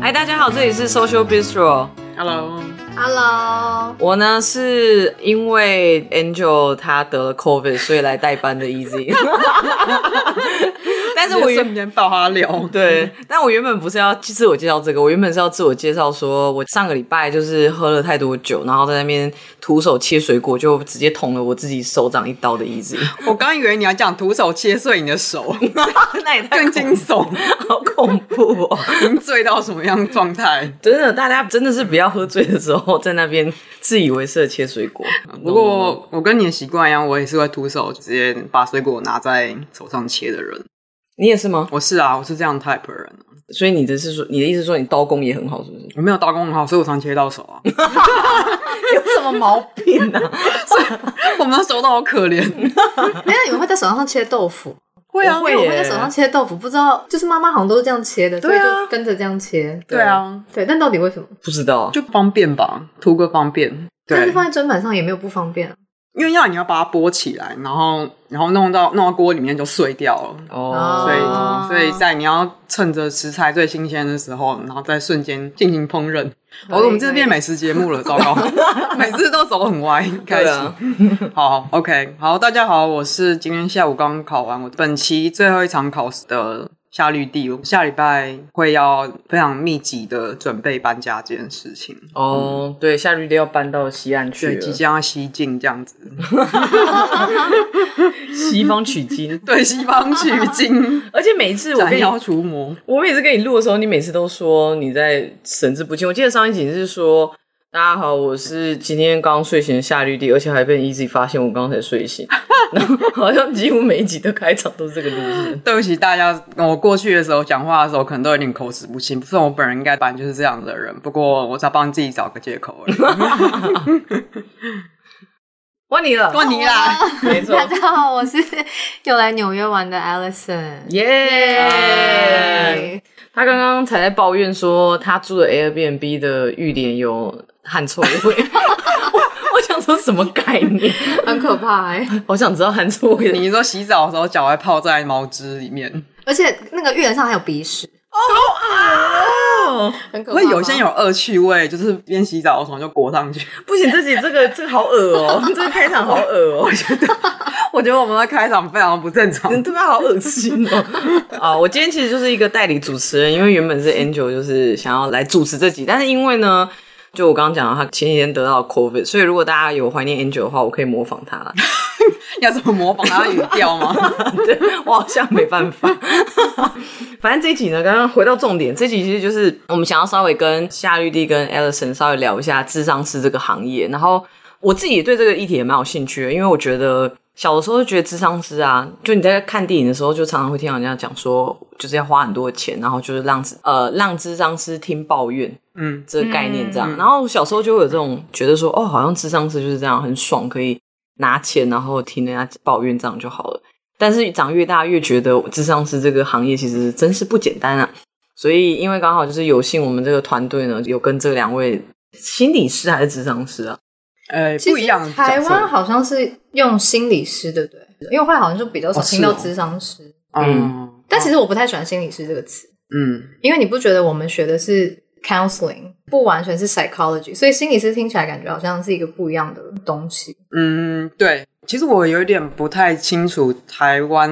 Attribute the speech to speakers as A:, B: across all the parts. A: 嗨，大家好，这里是 Social Bistro。
B: Hello，
C: Hello，
A: 我呢是因为 Angel 他得了 COVID，所以来代班 的 Easy。但是我原
B: 瞬间爆他聊，
A: 对，但我原本不是要自我介绍这个，我原本是要自我介绍说，我上个礼拜就是喝了太多酒，然后在那边徒手切水果，就直接捅了我自己手掌一刀的 Easy。
B: 我刚以为你要讲徒手切碎你的 手，
A: 那也太
B: 更
A: 恐
B: 惊悚，
A: 好恐怖 哦！
B: 已经醉到什么样的状态？
A: 真的，大家真的是不要喝醉的时候在那边自以为是的切水果。
B: 不过我跟你的习惯一样，我也是会徒手直接把水果拿在手上切的人。
A: 你也是吗？
B: 我是啊，我是这样 type 的人。
A: 所以你的是说，你的意思是说你刀工也很好，是不是？
B: 我没有刀工很好，所以我常切到手 啊。
A: 有什么毛病呢、啊？
B: 我们的手都好可怜。
C: 没有你们会在手上切豆腐？
B: 会
A: 啊
C: 因为我会
A: 耶
C: 在手上切豆腐，不知道就是妈妈好像都是这样切的，所
B: 对
C: 以
B: 啊
C: 就跟着这样切。
B: 对啊，
C: 对，但到底为什么？
A: 不知道，
B: 就方便吧，图个方便。
C: 但
B: 对
C: 是，放在砧板上也没有不方便啊。
B: 因为要你要把它剥起来，然后然后弄到弄到锅里面就碎掉了。
A: 哦，
B: 所以，
C: 哦
B: 所以在你要趁着食材最新鲜的时候，然后再瞬间进行烹饪。
C: 可
B: 哦，
C: 以
B: 我们这变美食节目了，糟糕， 每次都走很歪，
A: 对
B: 开始。
A: 啊，
B: 好，OK，好，大家好，我是今天下午刚考完我本期最后一场考试的夏绿蒂，我下礼拜会要非常密集的准备搬家这件事情。
A: 哦，对，夏绿蒂要搬到西岸去
B: 对，
A: 了，
B: 即将要西进这样子，
A: 西方取经。
B: 对西方取经，
A: 而且每一次我
B: 斩
A: 跟你
B: 妖除魔。
A: 我每次跟你录的时候，你每次都说你在神志不清。我记得上一集是说，大家好，我是今天刚睡醒的夏绿蒂，而且还被 Easy 发现我刚才睡 醒。然后好像几乎每一集的开场都是这个路线。
B: 对不起大家，我过去的时候讲话的时候可能都有点口齿不清，不是我本人应该本来就是这样的人，不过我在帮自己找个借口而 已。
A: 换你了，
B: 换你啦，
A: 没错
C: 大，家好，我是又来纽约玩的 Alison。
A: 耶！
C: 耶
A: 他刚刚才在抱怨说，他住的 Airbnb 的浴帘有汗臭味。 我我想说什么概念？
C: 很可怕哎、
A: 好想知道汗臭味的
B: 你说洗澡的时候脚还泡在毛汁里面，
C: 而且那个浴帘上还有鼻屎，
A: 哦
C: 很可怕。
B: 会有些，有恶趣味，就是边洗澡的时候就裹上去。
A: 不行，这集这个这个好恶哦、这个开场好恶哦、
B: 我觉得我们的开场非常不正常
A: 你。
C: 嗯
A: 对吧？好恶心哦、啊，我今天其实就是一个代理主持人，因为原本是 Angel 就是想要来主持这集，但是因为呢，就我刚刚讲到他前几天得到 COVID，所以如果大家有怀念 Angel 的话，我可以模仿他啦。
B: 要怎么模仿他的语调 吗？
A: 对我好像没办法。 反正这一集呢，刚刚回到重点，这集其实就是我们想要稍微跟夏绿蒂跟 Alison 稍微聊一下智商师这个行业，然后我自己也对这个议题也蛮有兴趣的，因为我觉得小的时候就觉得智商师啊，就你在看电影的时候，就常常会听到人家讲说，就是要花很多钱，然后就是让呃让智商师听抱怨，
B: 嗯，
A: 这个概念这样。
B: 嗯
A: 然后小时候就会有这种觉得说，哦，好像智商师就是这样，很爽，可以拿钱然后听人家抱怨这样就好了。但是长越大越觉得智商师这个行业其实真是不简单啊。所以因为刚好就是有幸我们这个团队呢，有跟这两位心理师还是智商师啊，
B: 呃，
C: 其
B: 不一
C: 实
B: 样的角色。
C: 台湾好像是用心理师，对不对？因为我后来好像就比较少
B: 哦是
C: 听到
B: 哦
C: 智商师，
B: 嗯，
C: 但其实我不太喜欢心理师这个词。
B: 嗯，
C: 因为你不觉得我们学的是 counseling，不完全是 psychology，所以心理师听起来感觉好像是一个不一样的东西。
B: 嗯，对，其实我有一点不太清楚台湾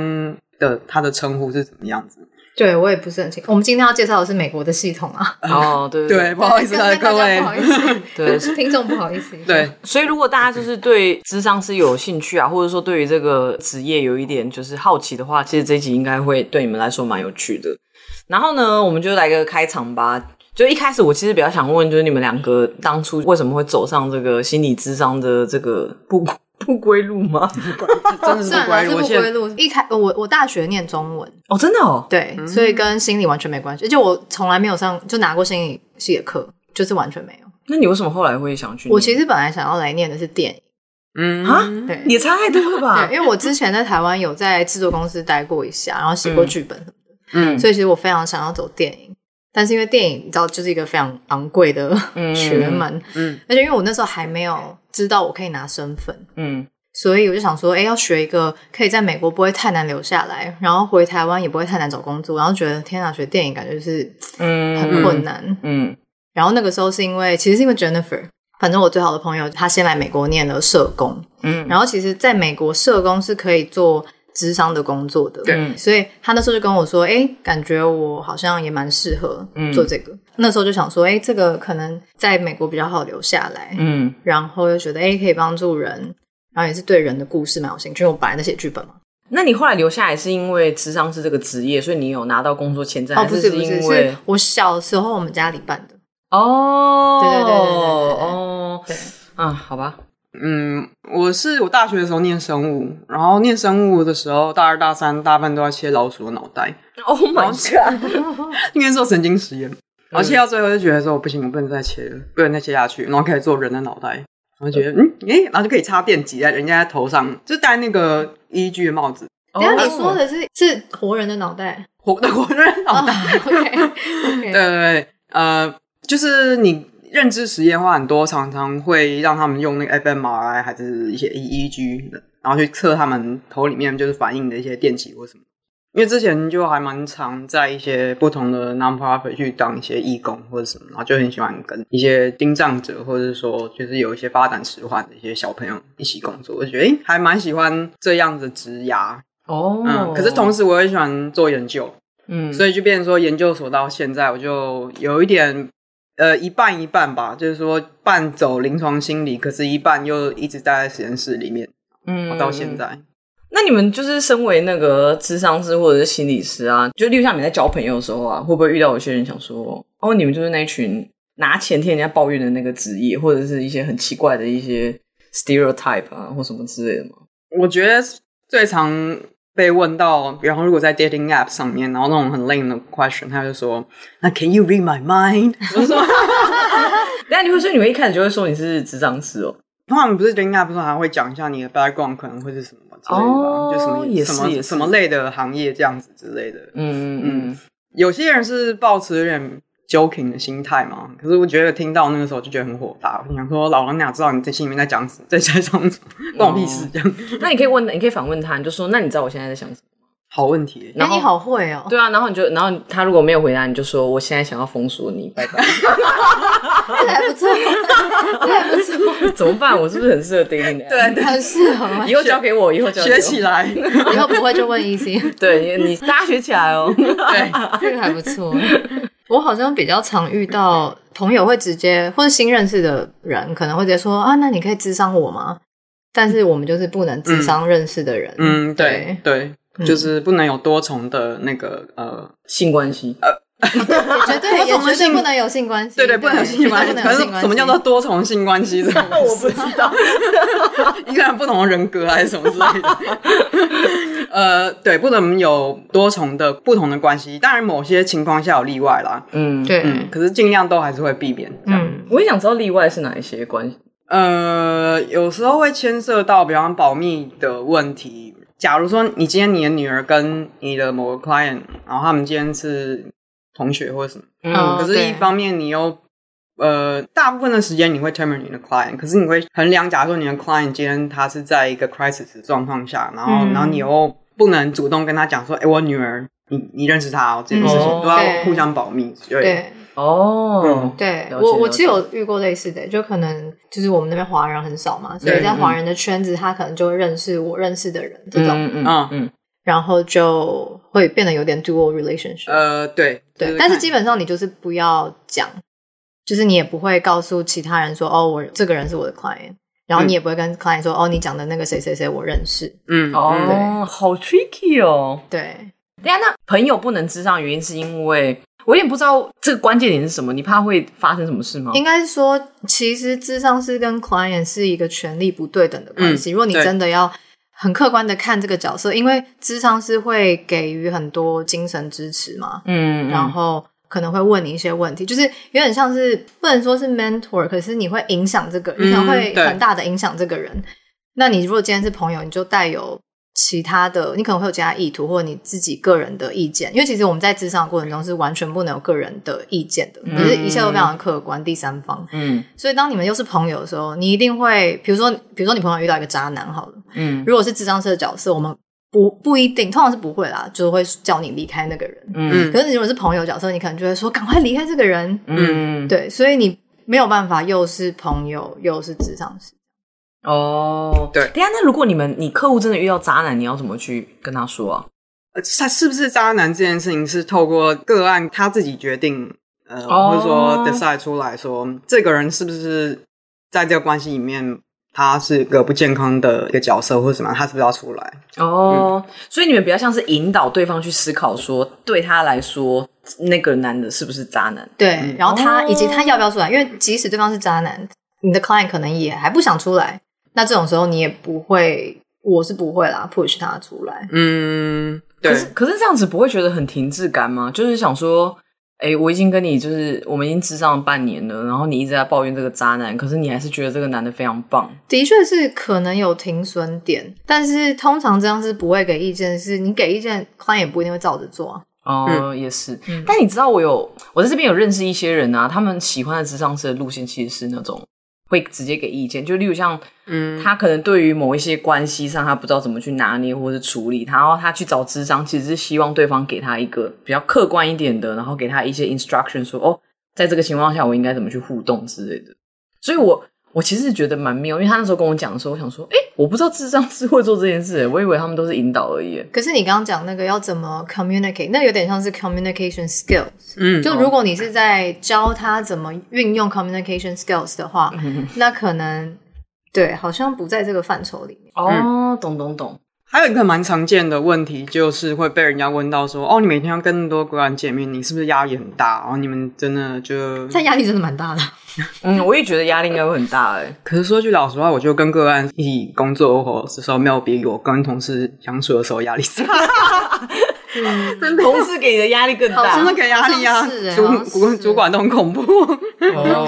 B: 的它的称呼是怎么样子。
C: 对我也不是很清。我们今天要介绍的是美国的系统啊，
A: 哦，对对
B: 对，不好意思，啊
C: 跟
B: 各
C: 大家
B: 位
C: 不，好意思，
A: 对，
C: 听众不好意思。
B: 对，
A: 所以，如果大家就是对智商师有兴趣啊，或者说对于这个职业有一点就是好奇的话，其实这一集应该会对你们来说蛮有趣的。然后呢，我们就来个开场吧。就一开始，我其实比较想问，就是你们两个当初为什么会走上这个心理智商的这个不不归路吗？
B: 真的是
C: 虽
B: 不
C: 然
B: 乖
C: 还
B: 入，
C: 是
B: 我嗯
C: 不
B: 现
C: 归
B: 在
C: 路，一开我我大学念中文，
A: 哦，真的哦，
C: 对，所以跟心理完全没关系，而且我从来没有上就拿过心理系的课，就是完全没有。
A: 那你为什么后来会想去念？
C: 我其实本来想要来念的是电影，
B: 嗯，
C: 对，
A: 也差太多了吧
C: 对，？因为我之前在台湾有在制作公司待过一下，然后写过剧本什么的，
B: 嗯
C: 所以其实我非常想要走电影。但是因为电影你知道，就是一个非常昂贵的
A: 嗯
C: 学门，
B: 嗯
C: 而且因为我那时候还没有知道我可以拿身份，
A: 嗯
C: 所以我就想说，哎，要学一个可以在美国不会太难留下来，然后回台湾也不会太难找工作，然后觉得天哪，学电影感觉就是
A: 嗯，
C: 很困难。
A: 嗯
C: 然后那个时候是因为，其实是因为 Jennifer，反正我最好的朋友，她先来美国念了社工，
A: 嗯，
C: 然后其实在美国社工是可以做智商的工作的，
B: 对
A: 嗯
C: 所以她那时候就跟我说，哎，感觉我好像也蛮适合
A: 嗯
C: 做这个。那时候就想说，哎，这个可能在美国比较好留下来，
A: 嗯
C: 然后又觉得哎可以帮助人，然后也是对人的故事蛮有兴趣，因为我本来在写剧本嘛。
A: 那你后来留下来是因为智商是这个职业，所以你有拿到工作签证，
C: 哦，
A: 还
C: 不
A: 是
C: 不是，
A: 因
C: 是
A: 为
C: 我小时候我们家里办的。
A: 哦，
C: 对对对对对对对
A: 哦，
C: 对，
A: 啊，好吧，
B: 嗯，我是我大学的时候念生物，然后念生物的时候，大二大三大半都在切老鼠的脑袋，
A: Oh my god！
B: 应该做神经实
C: 嗯
B: 验，然后切到最后就觉得说不行，我不能再切了，不能再切下去，然后开始做人的脑袋，然后觉得嗯诶，然后就可以插电极在人家头上，就戴那个 EEG 的帽子，
C: 然
A: 哦
C: 后你说的是是活人的脑袋哦
B: 活的活人
A: 哦
B: 脑袋，
C: ，OK，
B: 对对对，呃，就是你认知实验的话，很多常常会让他们用那个 fMRI 还是一些 EEG，然后去测他们头里面就是反应的一些电极或什么。因为之前就还蛮常在一些不同的 nonprofit 去当一些义工或者什么，然后就很喜欢跟一些听障者或者是说就是有一些发展迟缓的一些小朋友一起工作，我觉得诶还蛮喜欢这样子职涯，
A: 哦，
B: 嗯，可是同时我也喜欢做研究，
A: 嗯，
B: 所以就变成说，研究所到现在，我就有一点，呃，一半一半吧，就是说半走临床心理，可是一半又一直待在实验室里面，
A: 嗯
B: 哦到现。在。
A: 那你们就是身为那个智商师或者是心理师啊，就例如像你在交朋友的时候啊，会不会遇到有些人想说，哦，你们就是那一群拿钱听人家抱怨的那个职业，或者是一些很奇怪的一些 stereotype 啊，或什么之类的吗？
B: 我觉得最常被问到，然后如果在 dating app 上面，然后那种很 lame 的 question，他就说，那 Can you read my mind？我 说，
A: 但你会说，你们一开始就会说你是智商师哦，
B: 通常不是 dating app 的时候还会讲一下你的 background 可能会是什么之类的吧，
A: 哦
B: 就什么
A: 也是
B: 什么
A: 也是
B: 什么类的行业这样子之类的，
A: 嗯嗯
B: 有些人是抱持有点 joking 的心态嘛，可是我觉得听到那个时候就觉得很火大，我想说老娘哪知道你在心里面在讲什 在在想什么，关我屁事这样。
A: 嗯。那你可以问，你可以反问他，你就说，那你知道我现在在想什么？
B: 好问题耶，
C: 那
A: 然后
C: 你好会哦，
A: 对啊，然后你就，然后他如果没有回答，你就说我现在想要封锁你，拜拜。
C: 这还 不错，这还不错，
A: 怎么办？我是不是很适合 dating？
B: 对，对
C: 很适合啊
A: 以。后交给我，以后交给我
B: 学起来。
C: 以后不会就 问 Easy，
A: 对你，你大家学起来哦。
B: 对，
C: 这个还不错。我好像比较常遇到朋友会直接，或者新认识的人可能会直接说啊，那你可以智商我吗？但是我们就是不能智商认识的人。
B: 嗯，对对，
C: 嗯
B: 就是不能有多重的那个呃，
A: 性关系，
C: 也绝对也
B: 我们
C: 绝对
B: 性
C: 不能有性关系，
B: 对对，不能有性关系。
C: 绝对不
B: 可
C: 能
B: 是
C: 有性关系
B: 什么叫做多重性关系？这种
A: 我不知道。
B: 一个人不同的人格还是什么之类 的。呃，对，不能有多重的不同的关系。当然，某些情况下有例外啦。
A: 嗯，。
C: 对？
B: 嗯，可是尽量都还是会避免。
C: 嗯，
A: 我也想知道例外是哪一些关系。
B: 呃，有时候会牵涉到，比方保密的问题。假如说你今天你的女儿跟你的某个 client，然后他们今天是同学或者什么，嗯
C: 哦
B: 可是
C: 对
B: 一方面你又呃，大部分的时间你会 terminate 你的 client，可是你会衡量，假如说你的 client 今天他是在一个 crisis 的状况下，然后、
C: 嗯
B: 然后你又不能主动跟他讲说，哎、我女儿，你你认识她哦，这件事情、
A: 嗯
B: 都要
C: 对
B: 互相保密，对，
C: 对
A: 哦
B: 嗯，
C: 对，
A: 了解
C: 我我
A: 了
C: 其实
A: 解
C: 有遇过类似的，就可能就是我们那边华人很少嘛，所以
B: 对
C: 在华人的圈子，他可能就会认识我认识的人这种，
A: 嗯嗯
B: 嗯
A: 嗯
C: 然后就会变得有点 dual relationship。
B: 呃，对，就
C: 对，但是
B: 看
C: 基本上你就是不要讲，就是你也不会告诉其他人说哦，我这个人是我的 client，然后你也不会跟 client 说、哦，你讲的那个谁谁谁我认识。
B: 嗯，嗯
A: 哦，好 tricky 哦。
C: 对，
A: 对啊，那朋友不能智商的原因是因为我有点不知道这个关键点是什么，你怕会发生什么事吗？
C: 应该是说，其实智商师跟 client 是一个权力不嗯对等的关系。如果你真的要很客观的看这个角色，因为智商师会给予很多精神支持嘛，
A: 嗯，嗯
C: 然后可能会问你一些问题，就是有点像是不能说是 mentor，可是你会影响这个，
B: 嗯
C: 你可能会
B: 对
C: 很大的影响这个人。那你如果今天是朋友，你就带有其他的，你可能会有其他意图，或者你自己个人的意见，因为其实我们在职场过程中是完全不能有个人的意见的，
A: 嗯
C: 就是一切都非常客观，第三方。
A: 嗯
C: 所以当你们又是朋友的时候，你一定会，比如说，比如说你朋友遇到一个渣男好了，
A: 嗯
C: 如果是智商社的角色，我们不不一定，通常是不会啦，就是会叫你离开那个人。
A: 嗯
C: 可是你如果是朋友角色，你可能就会说赶快离开这个人。
A: 嗯，
C: 对，所以你没有办法，又是朋友又是智商师。
A: 哦，
B: 对
A: 等一下，那如果你们你客户真的遇到渣男，你要怎么去跟他说啊？
B: 呃他是不是渣男这件事情是透过个案他自己决定，呃，
A: 哦
B: 或者说 decide 出来说这个人是不是在这个关系里面他是个不健康的一个角色或者什么样，他是不是要出来？
A: 哦，所以你们比较像是引导对方去思考说，对他来说那个男的是不是渣男？
C: 对，
B: 嗯
C: 然后他、
A: 哦
C: 以及他要不要出来，因为即使对方是渣男，你的 client 可能也还不想出来，那这种时候你也不会，我是不会啦，push 他出来。
B: 嗯，对
A: 可，是可是这样子不会觉得很停滞感吗？就是想说，哎、我已经跟你就是我们已经智商了半年了，然后你一直在抱怨这个渣男，可是你还是觉得这个男的非常棒。
C: 的确是可能有停损点，但是通常这样是不会给意见，是你给意见，client 也不一定会照着做啊。
A: 哦、也是。
C: 嗯
A: 但你知道我有我在这边有认识一些人啊，他们喜欢的智商师的路线其实是那种会直接给意见，就例如像
B: 嗯，
A: 他可能对于某一些关系上他不知道怎么去拿捏或是处理，然后他去找智商，其实是希望对方给他一个比较客观一点的，然后给他一些 instruction，说哦，在这个情况下我应该怎么去互动之类的。所以我我其实觉得蛮妙，因为他那时候跟我讲的时候，我想说，哎、我不知道智商是会做这件事、我以为他们都是引导而已。
C: 可是你刚刚讲那个要怎么 communicate，那个有点像是 communication skills。
B: 嗯，
C: 就如果你是在教他怎么运用 communication skills 的话，那可能对，好像不在这个范畴里面。
A: 哦，懂懂懂，
B: 还有一个蛮常见的问题，就是会被人家问到说：“哦，你每天要跟那么多个人见面，你是不是压力很大？”然后你们真的就……
C: 但压力真的蛮大的。
A: 嗯，我也觉得压力应该会很大哎、
B: 可是说句老实话，我觉得跟个案一起工作或者时候，没有比我跟同事相处的时候压力大。
A: 同事给你的压力更
C: 好
A: 大
B: 真。的给压力啊
C: 好像是欸！好
B: 主
C: 像
B: 主
C: 是
B: 主管都很恐 怖。
A: 哦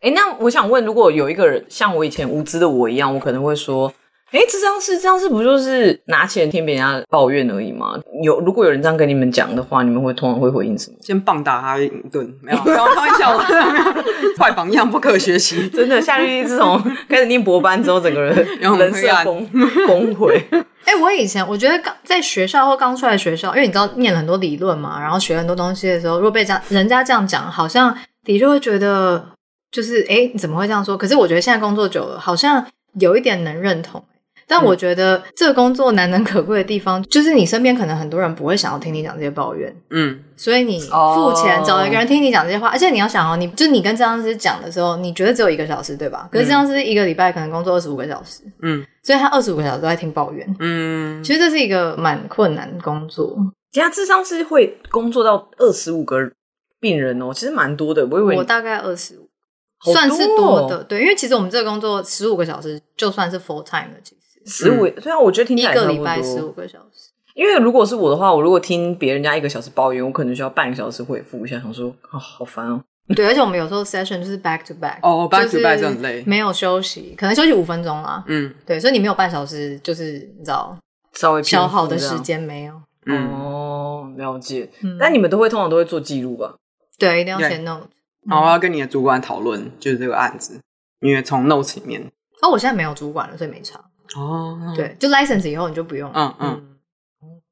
A: 哎、那我想问，如果有一个人像我以前无知的我一样，我可能会说，哎、智商是这样是不就是拿钱听别人家抱怨而已吗？有如果有人这样跟你们讲的话，你们会通常会回应什么？
B: 先棒打他一顿，没有，啊开玩开玩笑 的，坏榜样不可学习。
A: 真的，夏绿蒂自从开始念博班之后，整个 人
B: 有
A: 人
B: 很黑
A: 设
B: 暗
A: 崩 崩毁。
C: 哎、我以前我觉得刚在学校或刚出来学校，因为你知道念了很多理论嘛，然后学很多东西的时候，如果被这样人家这样讲，好像的确会觉得就是哎、你怎么会这样说？可是我觉得现在工作久了，好像有一点能认同。但我觉得这个工作难能可贵的地方，就是你身边可能很多人不会想要听你讲这些抱怨，
B: 嗯，
C: 所以你
A: 哦
C: 付钱找一个人听你讲这些话，而且你要想哦，你就是你跟治疗师讲的时候，你觉得只有一个小时对吧？可是治疗师一个礼拜可能工作二十五个小时，
B: 嗯，
C: 所以他二十五个小时都在听抱怨。
B: 嗯，
C: 其实这是一个蛮困难的工作，
A: 其他智商是会工作到二十五个病人哦，其实蛮多的。我以为
C: 我
A: 你
C: 大概二十五，
A: 好
C: 算是
A: 多
C: 多
A: 哦
C: 的，对，因为其实我们这个工作十五个小时就算是 full time 的，其实
A: 十五，虽然我觉得听起
C: 一
A: 来也差
C: 个
A: 不
C: 礼拜
A: 多
C: 十五个小时。
A: 因为如果是我的话，我如果听别人家一个小时抱怨，我可能需要半个小时回复一下，想说啊、好烦哦。
C: 对，而且我们有时候 session 就是 back to back，
B: 哦，back to
C: 就是
B: back 就很累
C: 没有休息，可能休息五分钟啦。
B: 嗯
C: 对，所以你没有半小时，就是你知道
A: 稍微
C: 消耗的
A: 篇幅
C: 时
A: 这样
C: 间没有。
B: 嗯，
A: 哦，了解。
C: 嗯
A: 但你们都会通常都会做记录吧？
C: 对，一定要
B: 对
C: 写 note。
B: 然后要跟你的主管讨论，就是这个案子，因为从 notes 里面。
C: 哦，我现在没有主管了，所以没差。
B: 哦，
C: 对，就 license 以后你就不用。
B: 嗯嗯，
A: 嗯，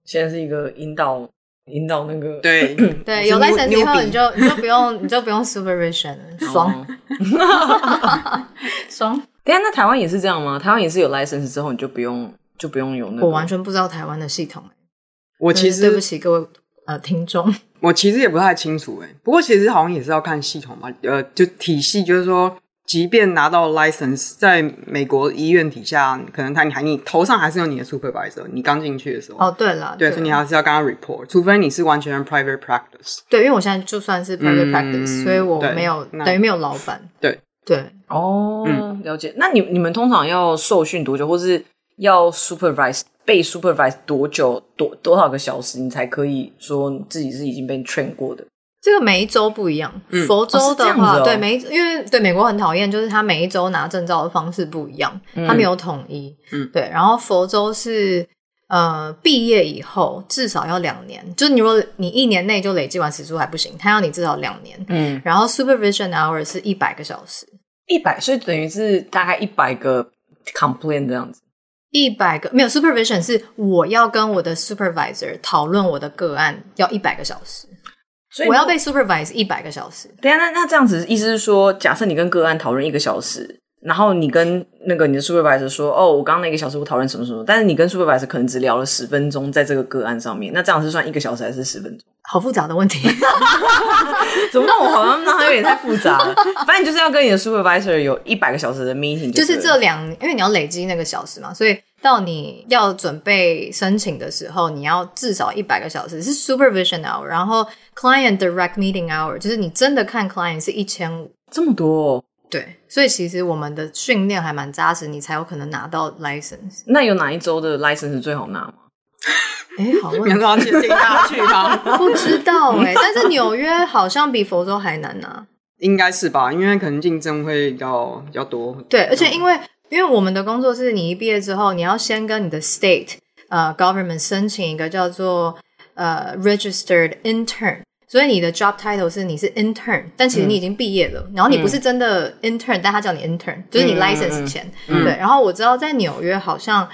A: 现在是一个引导引导那个
B: 对，
C: 对，
A: 是
C: 有
A: new-
C: license 以后
A: newbie
C: 你就你就不用你就不用 supervision，了 爽
A: 哦。
C: 爽。
A: 等一下，那台湾也是这样吗？台湾也是有 license 之后，你就不用就不用有那个。
C: 我完全不知道台湾的系统，
B: 嗯
C: 欸
B: 我其
C: 嗯对不
B: 实
C: 起各位呃听众。
B: 我其实也不太清楚哎，不过其实好像也是要看系统吧，呃，就体系，就是说，即便拿到 license，在美国医院底下，可能他你还你头上还是有你的 supervisor，你刚进去的时候，
C: 哦，对了，
B: 对，所以你还是要跟他 report，除非你是完全 private practice，
C: 对，因为我现在就算是 private
B: 嗯
C: practice，、所以我
B: 对
C: 没有
B: 那
C: 等于没有老板。
B: 对
C: 对，
A: 哦，了解。那你你们通常要受训多久，或是要 supervise 被 supervise 多久，多多少个小时，你才可以说自己是已经被 train 过的？
C: 这个每一周不一样，
B: 嗯
C: 佛
A: 哦
C: 州
A: 是这
C: 的
A: 样
C: 话，
A: 子哦
C: 对每一因为对美国很讨厌，就是他每一周拿证照的方式不一样，
A: 嗯
C: 他没有统一。
B: 嗯
C: 对。然后佛州是呃毕业以后至少要两年，就是你如果你一年内就累积完时数还不行，他要你至少两年。
A: 嗯，
C: 然后 supervision hour 是一百个小时，
A: 一百，所以等于是大概一百个 complain 这样子。
C: 一百个没有 supervision 是我要跟我的 supervisor 讨论我的个案要一百个小时，
A: 所以
C: 我要被 supervise 一百个小时。
A: 对啊，那那这样子，意思是说，假设你跟个案讨论一个小时，然后你跟那个你的 supervisor 说，哦，我刚刚那个小时我讨论什么什么，但是你跟 supervisor 可能只聊了十分钟在这个个案上面，那这样是算一个小时还是十 分钟？
C: 好复杂的问题，
A: 怎么让我好像让它有点太复杂了？反正你就是要跟你的 supervisor 有一百个小时的 meeting，
C: 就
A: 就是是
C: 这两，因为你要累积那个小时嘛，所以到你要准备申请的时候，你要至少一百个小时是 supervision hour，然后 client direct meeting hour，就是你真的看 client 是一千五，
A: 这么多、哦，
C: 对，所以其实我们的训练还蛮扎实，你才有可能拿到 license。
A: 那有哪一周的 license 最好拿吗？
C: 哎，好问
B: 你
C: 题
B: 要让他 听下去吗？
C: 不知道哎、但是纽约好像比佛州还难啊拿。
B: 应该是吧，因为可能竞争会比较比较多。
C: 对，而
A: 嗯
C: 且因为因为我们的工作是你一毕业之后，你要先跟你的 state 呃 government 申请一个叫做呃 registered intern。所以你的 job title 是你是 intern，
A: 嗯
C: 但其实你已经毕业了，然后你不是真的 intern，、但他叫你 intern，就是你
A: 嗯
C: license 前，对。然后我知道在纽约好像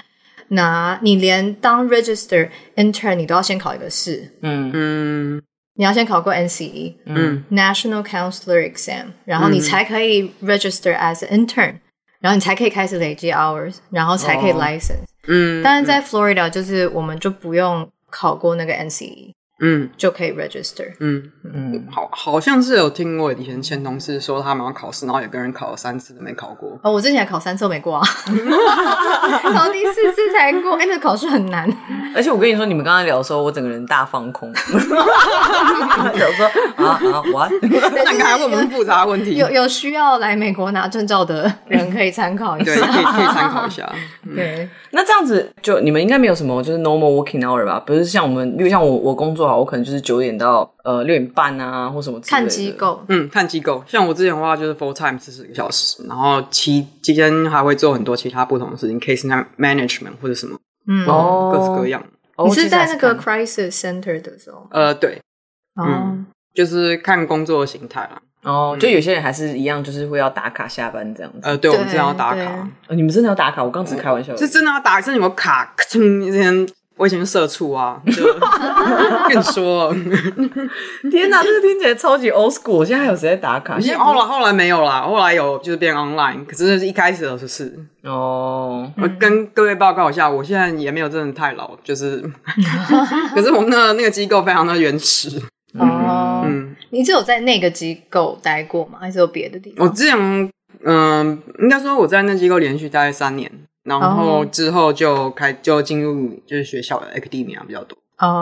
C: 拿你连当 registered intern 你都要先考一个试，
A: 嗯
B: 嗯
C: 你要先考过 NCE，
B: 嗯
C: National Counselor Exam，然后你
B: 嗯
C: 才可以 register as an intern，、然后你才可以开始累积 hours，然后才可以
A: 哦
C: license。
B: 嗯，
C: 但是在 Florida 就是我们就不用考过那个 NCE
B: 嗯
C: 就可以 register。
B: 嗯
A: 嗯，
B: 好，好像是有听过以前前同事说他们要考试，然后有个人考了三次都没考过。
C: 哦，我之前考三次都没过啊， 考第四次才过。哎、那考试很难。
A: 而且我跟你说，你们刚才聊的时候，我整个人大放空， 想说啊啊 what？
C: 对
B: 那
C: 就是
B: 个还问我们复杂的问题，
C: 有有需要来美国拿证照的人可以参考一
B: 对，可以
C: 下。
B: 可以参考一下。嗯
C: 对，
A: 那这样子就你们应该没有什么就是 normal working hour 吧？不是像我们，例如像我我工作好，我可能就是九点到呃六点半啊，或什么之类的
C: 看机。构。
B: 嗯，看机构，像我之前的话就是 full time 四十个小时，然后期期间还会做很多其他不同的事情，case management 或者什么，
C: 嗯，
A: 哦
B: 各式各样。
A: 哦
C: 你是在那
A: 其实还
C: 个
A: 看
C: crisis center 的时候？
B: 呃，对，
C: 哦、
B: 嗯就是看工作的形态啦。
A: 哦，就有些人还是一样，就是会要打卡下班这样子。
B: 呃，对，我们
C: 对
B: 真的要打
C: 对
B: 卡，
A: 哦你们真的要打卡？我刚只是开玩笑而已。
B: 是真的要打，真的有没有卡？咔嚓之前我以前是社畜啊，就跟你说了，
A: 天哪，这个听起来超级 old school。我现在还有谁在打卡？哦
B: 现
A: 现
B: 在
A: 在
B: 后来后来没有啦，后来有就是变 online，可是一开始的时候是。
A: 哦，
B: 我
C: 嗯
B: 呃跟各位报告一下，我现在也没有真的太老，就是， 可是我们的那个机构非常的原始，
C: 哦，
B: 嗯，
C: 你只有在那个机构待过吗？还是有别的地
B: 我
C: 方？
B: 之前，嗯、应该说我在那机构连续待了三年，然后
C: 哦
B: 之后就开就进入就是学校的 academia 比较多。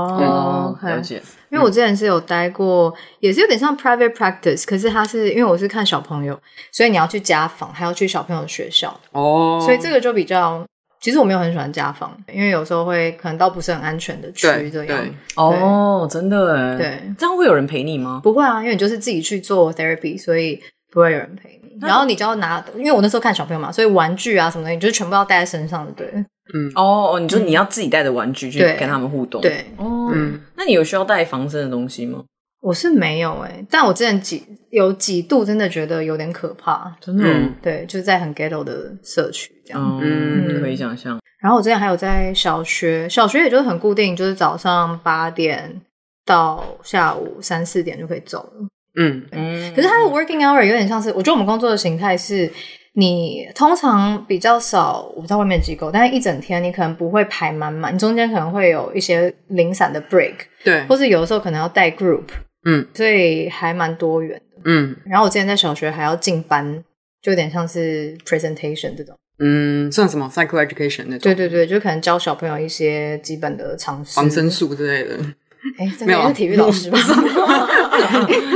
C: 哦
A: 了
C: ，OK。
A: 解。
C: 因为我之前是有待过，也是有点像 private practice，可是它是因为我是看小朋友，所以你要去家访，还要去小朋友的学校，
B: 哦，
C: 所以这个就比较。其实我没有很喜欢家访，因为有时候会可能到不是很安全的区
B: 对
C: 这
B: 对
C: 样。，
A: 哦，真的哎。
C: 对，
A: 这样会有人陪你吗？
C: 不会啊，因为你就是自己去做 therapy，所以不会有人陪你。然后你就要拿，因为我那时候看小朋友嘛，所以玩具啊什么的，你就是全部要带在身上的，对
A: 哦哦，你说你要自己带着玩具去
C: 嗯对
A: 跟他们互动。。
C: 对。
A: 哦，
B: 嗯
A: 那你有需要带防身的东西吗？
C: 我是没有哎、但我之前几有几度真的觉得有点可怕，
A: 真的哦。
B: 嗯
C: 对，就是在很 ghetto 的社区这样。
A: 嗯，
B: 嗯
A: 可以想象。
C: 然后我之前还有在小学，小学也就是很固定，就是早上八点到下午三四点就可以走了。
B: 嗯
A: 嗯，
C: 可是它的 working hour 有点像是，我觉得我们工作的形态是，你通常比较少，我不知道外面的机构，但是一整天你可能不会排满满，你中间可能会有一些零散的 break，
B: 对，
C: 或是有的时候可能要带 group，
B: 嗯，
C: 所以还蛮多元的。
B: 嗯
C: 然后我之前在小学还要进班，就有点像是 presentation 这种。
B: 嗯，算什么 psycho education 那种，
C: 对对对，就可能教小朋友一些基本的常识。
B: 防身术之类的。
C: 哎，这
B: 没
C: 个
B: 有啊啊
C: 是体育老师吧？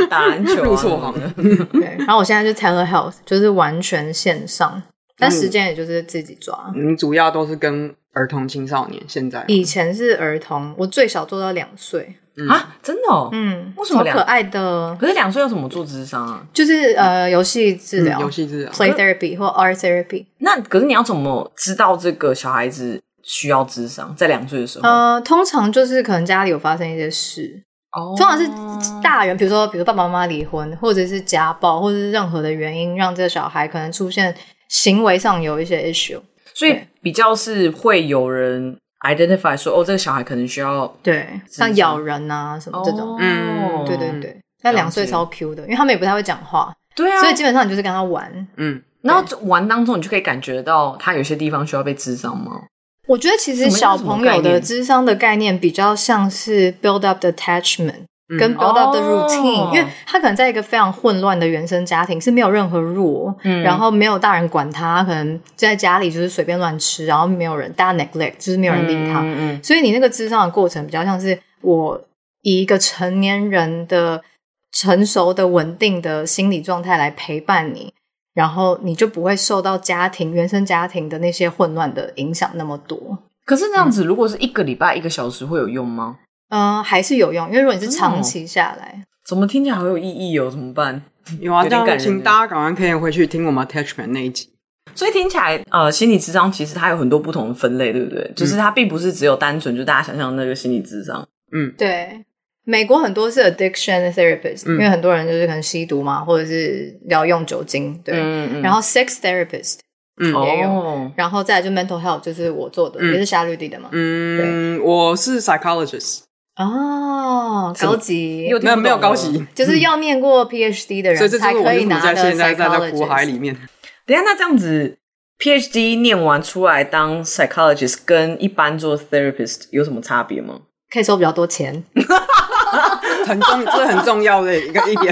A: 打篮球啊
B: 入错行
A: 什么的
C: 对。然后我现在就 telehealth，就是完全线上，
B: 嗯
C: 但时间也就是自己抓。
B: 你嗯主要都是跟儿童青少年现在，
C: 嗯以前是儿童，我最小做到两岁，
B: 嗯
A: 啊，真的哦。
C: 嗯，
A: 为什么
C: 好
A: 两
C: 可爱的？
A: 可是两岁要怎么做智商啊？
C: 就是呃，游戏治
B: 嗯
C: 疗、
B: 游戏治疗
C: play therapy 或 art therapy。
A: 那可是你要怎么知道这个小孩子需要智商？在两岁的时候，
C: 呃，通常就是可能家里有发生一些事，
A: 哦
C: 通常是大人，比如说比如爸爸妈妈离婚，或者是家暴，或者是任何的原因，让这个小孩可能出现行为上有一些 issue。
A: 所以比较是会有人 identify 说，哦，这个小孩可能需要
C: 对，像咬人啊什么这种。
A: 嗯，
B: 嗯
C: 对对对，那两岁超 Q 的，因为他们也不太会讲话，
A: 对啊。
C: 所以基本上你就是跟他玩。
B: 嗯，
A: 然后玩当中，你就可以感觉到他有些地方需要被智商吗？
C: 我觉得其实
A: 什么
C: 小朋
A: 什么
C: 友
A: 概
C: 的
A: 念
C: 智商的概念比较像是 build up the attachment。
B: 嗯
C: 跟 build up 的 routine，、
A: 哦
C: 因为他可能在一个非常混乱的原生家庭是没有任何入，
A: 嗯
C: 然后没有大人管他，可能就在家里就是随便乱吃，然后没有人大家 neglect，就是没有人理他，
A: 嗯
C: 所以你那个智商的过程比较像是我以一个成年人的成熟的稳定的心理状态来陪伴你，然后你就不会受到家庭原生家庭的那些混乱的影响那么多。
A: 可是那样子，如果是一个礼拜一个小时，会有用吗？
C: 嗯、还是有用，因为如果你是
A: 真的
C: 长
A: 哦
C: 期下来，
A: 怎么听起来好有意义哦？怎么办？
B: 有
A: 有
B: 啊，这
A: 点感
B: 样
A: 人
B: 请大家赶快可以回去听我们 attachment 那一集。
A: 所以听起来，呃，心理智商其实它有很多不同的分类，对不对？就是它并不是只有单纯就大家想象的那个心理智商。
B: 嗯，
C: 对，美国很多是 addiction therapist，、
B: 嗯
C: 因为很多人就是可能吸毒嘛，或者是要用酒精，对。
A: 嗯嗯
C: 然后 sex therapist，
B: 嗯
C: 也有
A: 哦，
C: 然后再来就 mental health，就是我做的，
B: 嗯
C: 也是夏绿蒂的嘛。
B: 嗯，我是 psychologist，
C: 哦，
A: 什么
C: 高级，
A: 又
B: 没有没有高级，
C: 就是要念过 PhD 的
B: 所以
C: 人
B: 这就
C: 哦才
B: 是我
C: 可
B: 为
C: 以
B: 什么
C: 拿
B: 在
C: 的
B: 现在在在苦海
C: psychologist。
B: 里面。
A: 等一下，那这样子，PhD 念完出来当 psychologist 跟一般做 therapist 有什么差别吗？
C: 可以收比较多钱，
B: 很重，这很重要的一个一 点。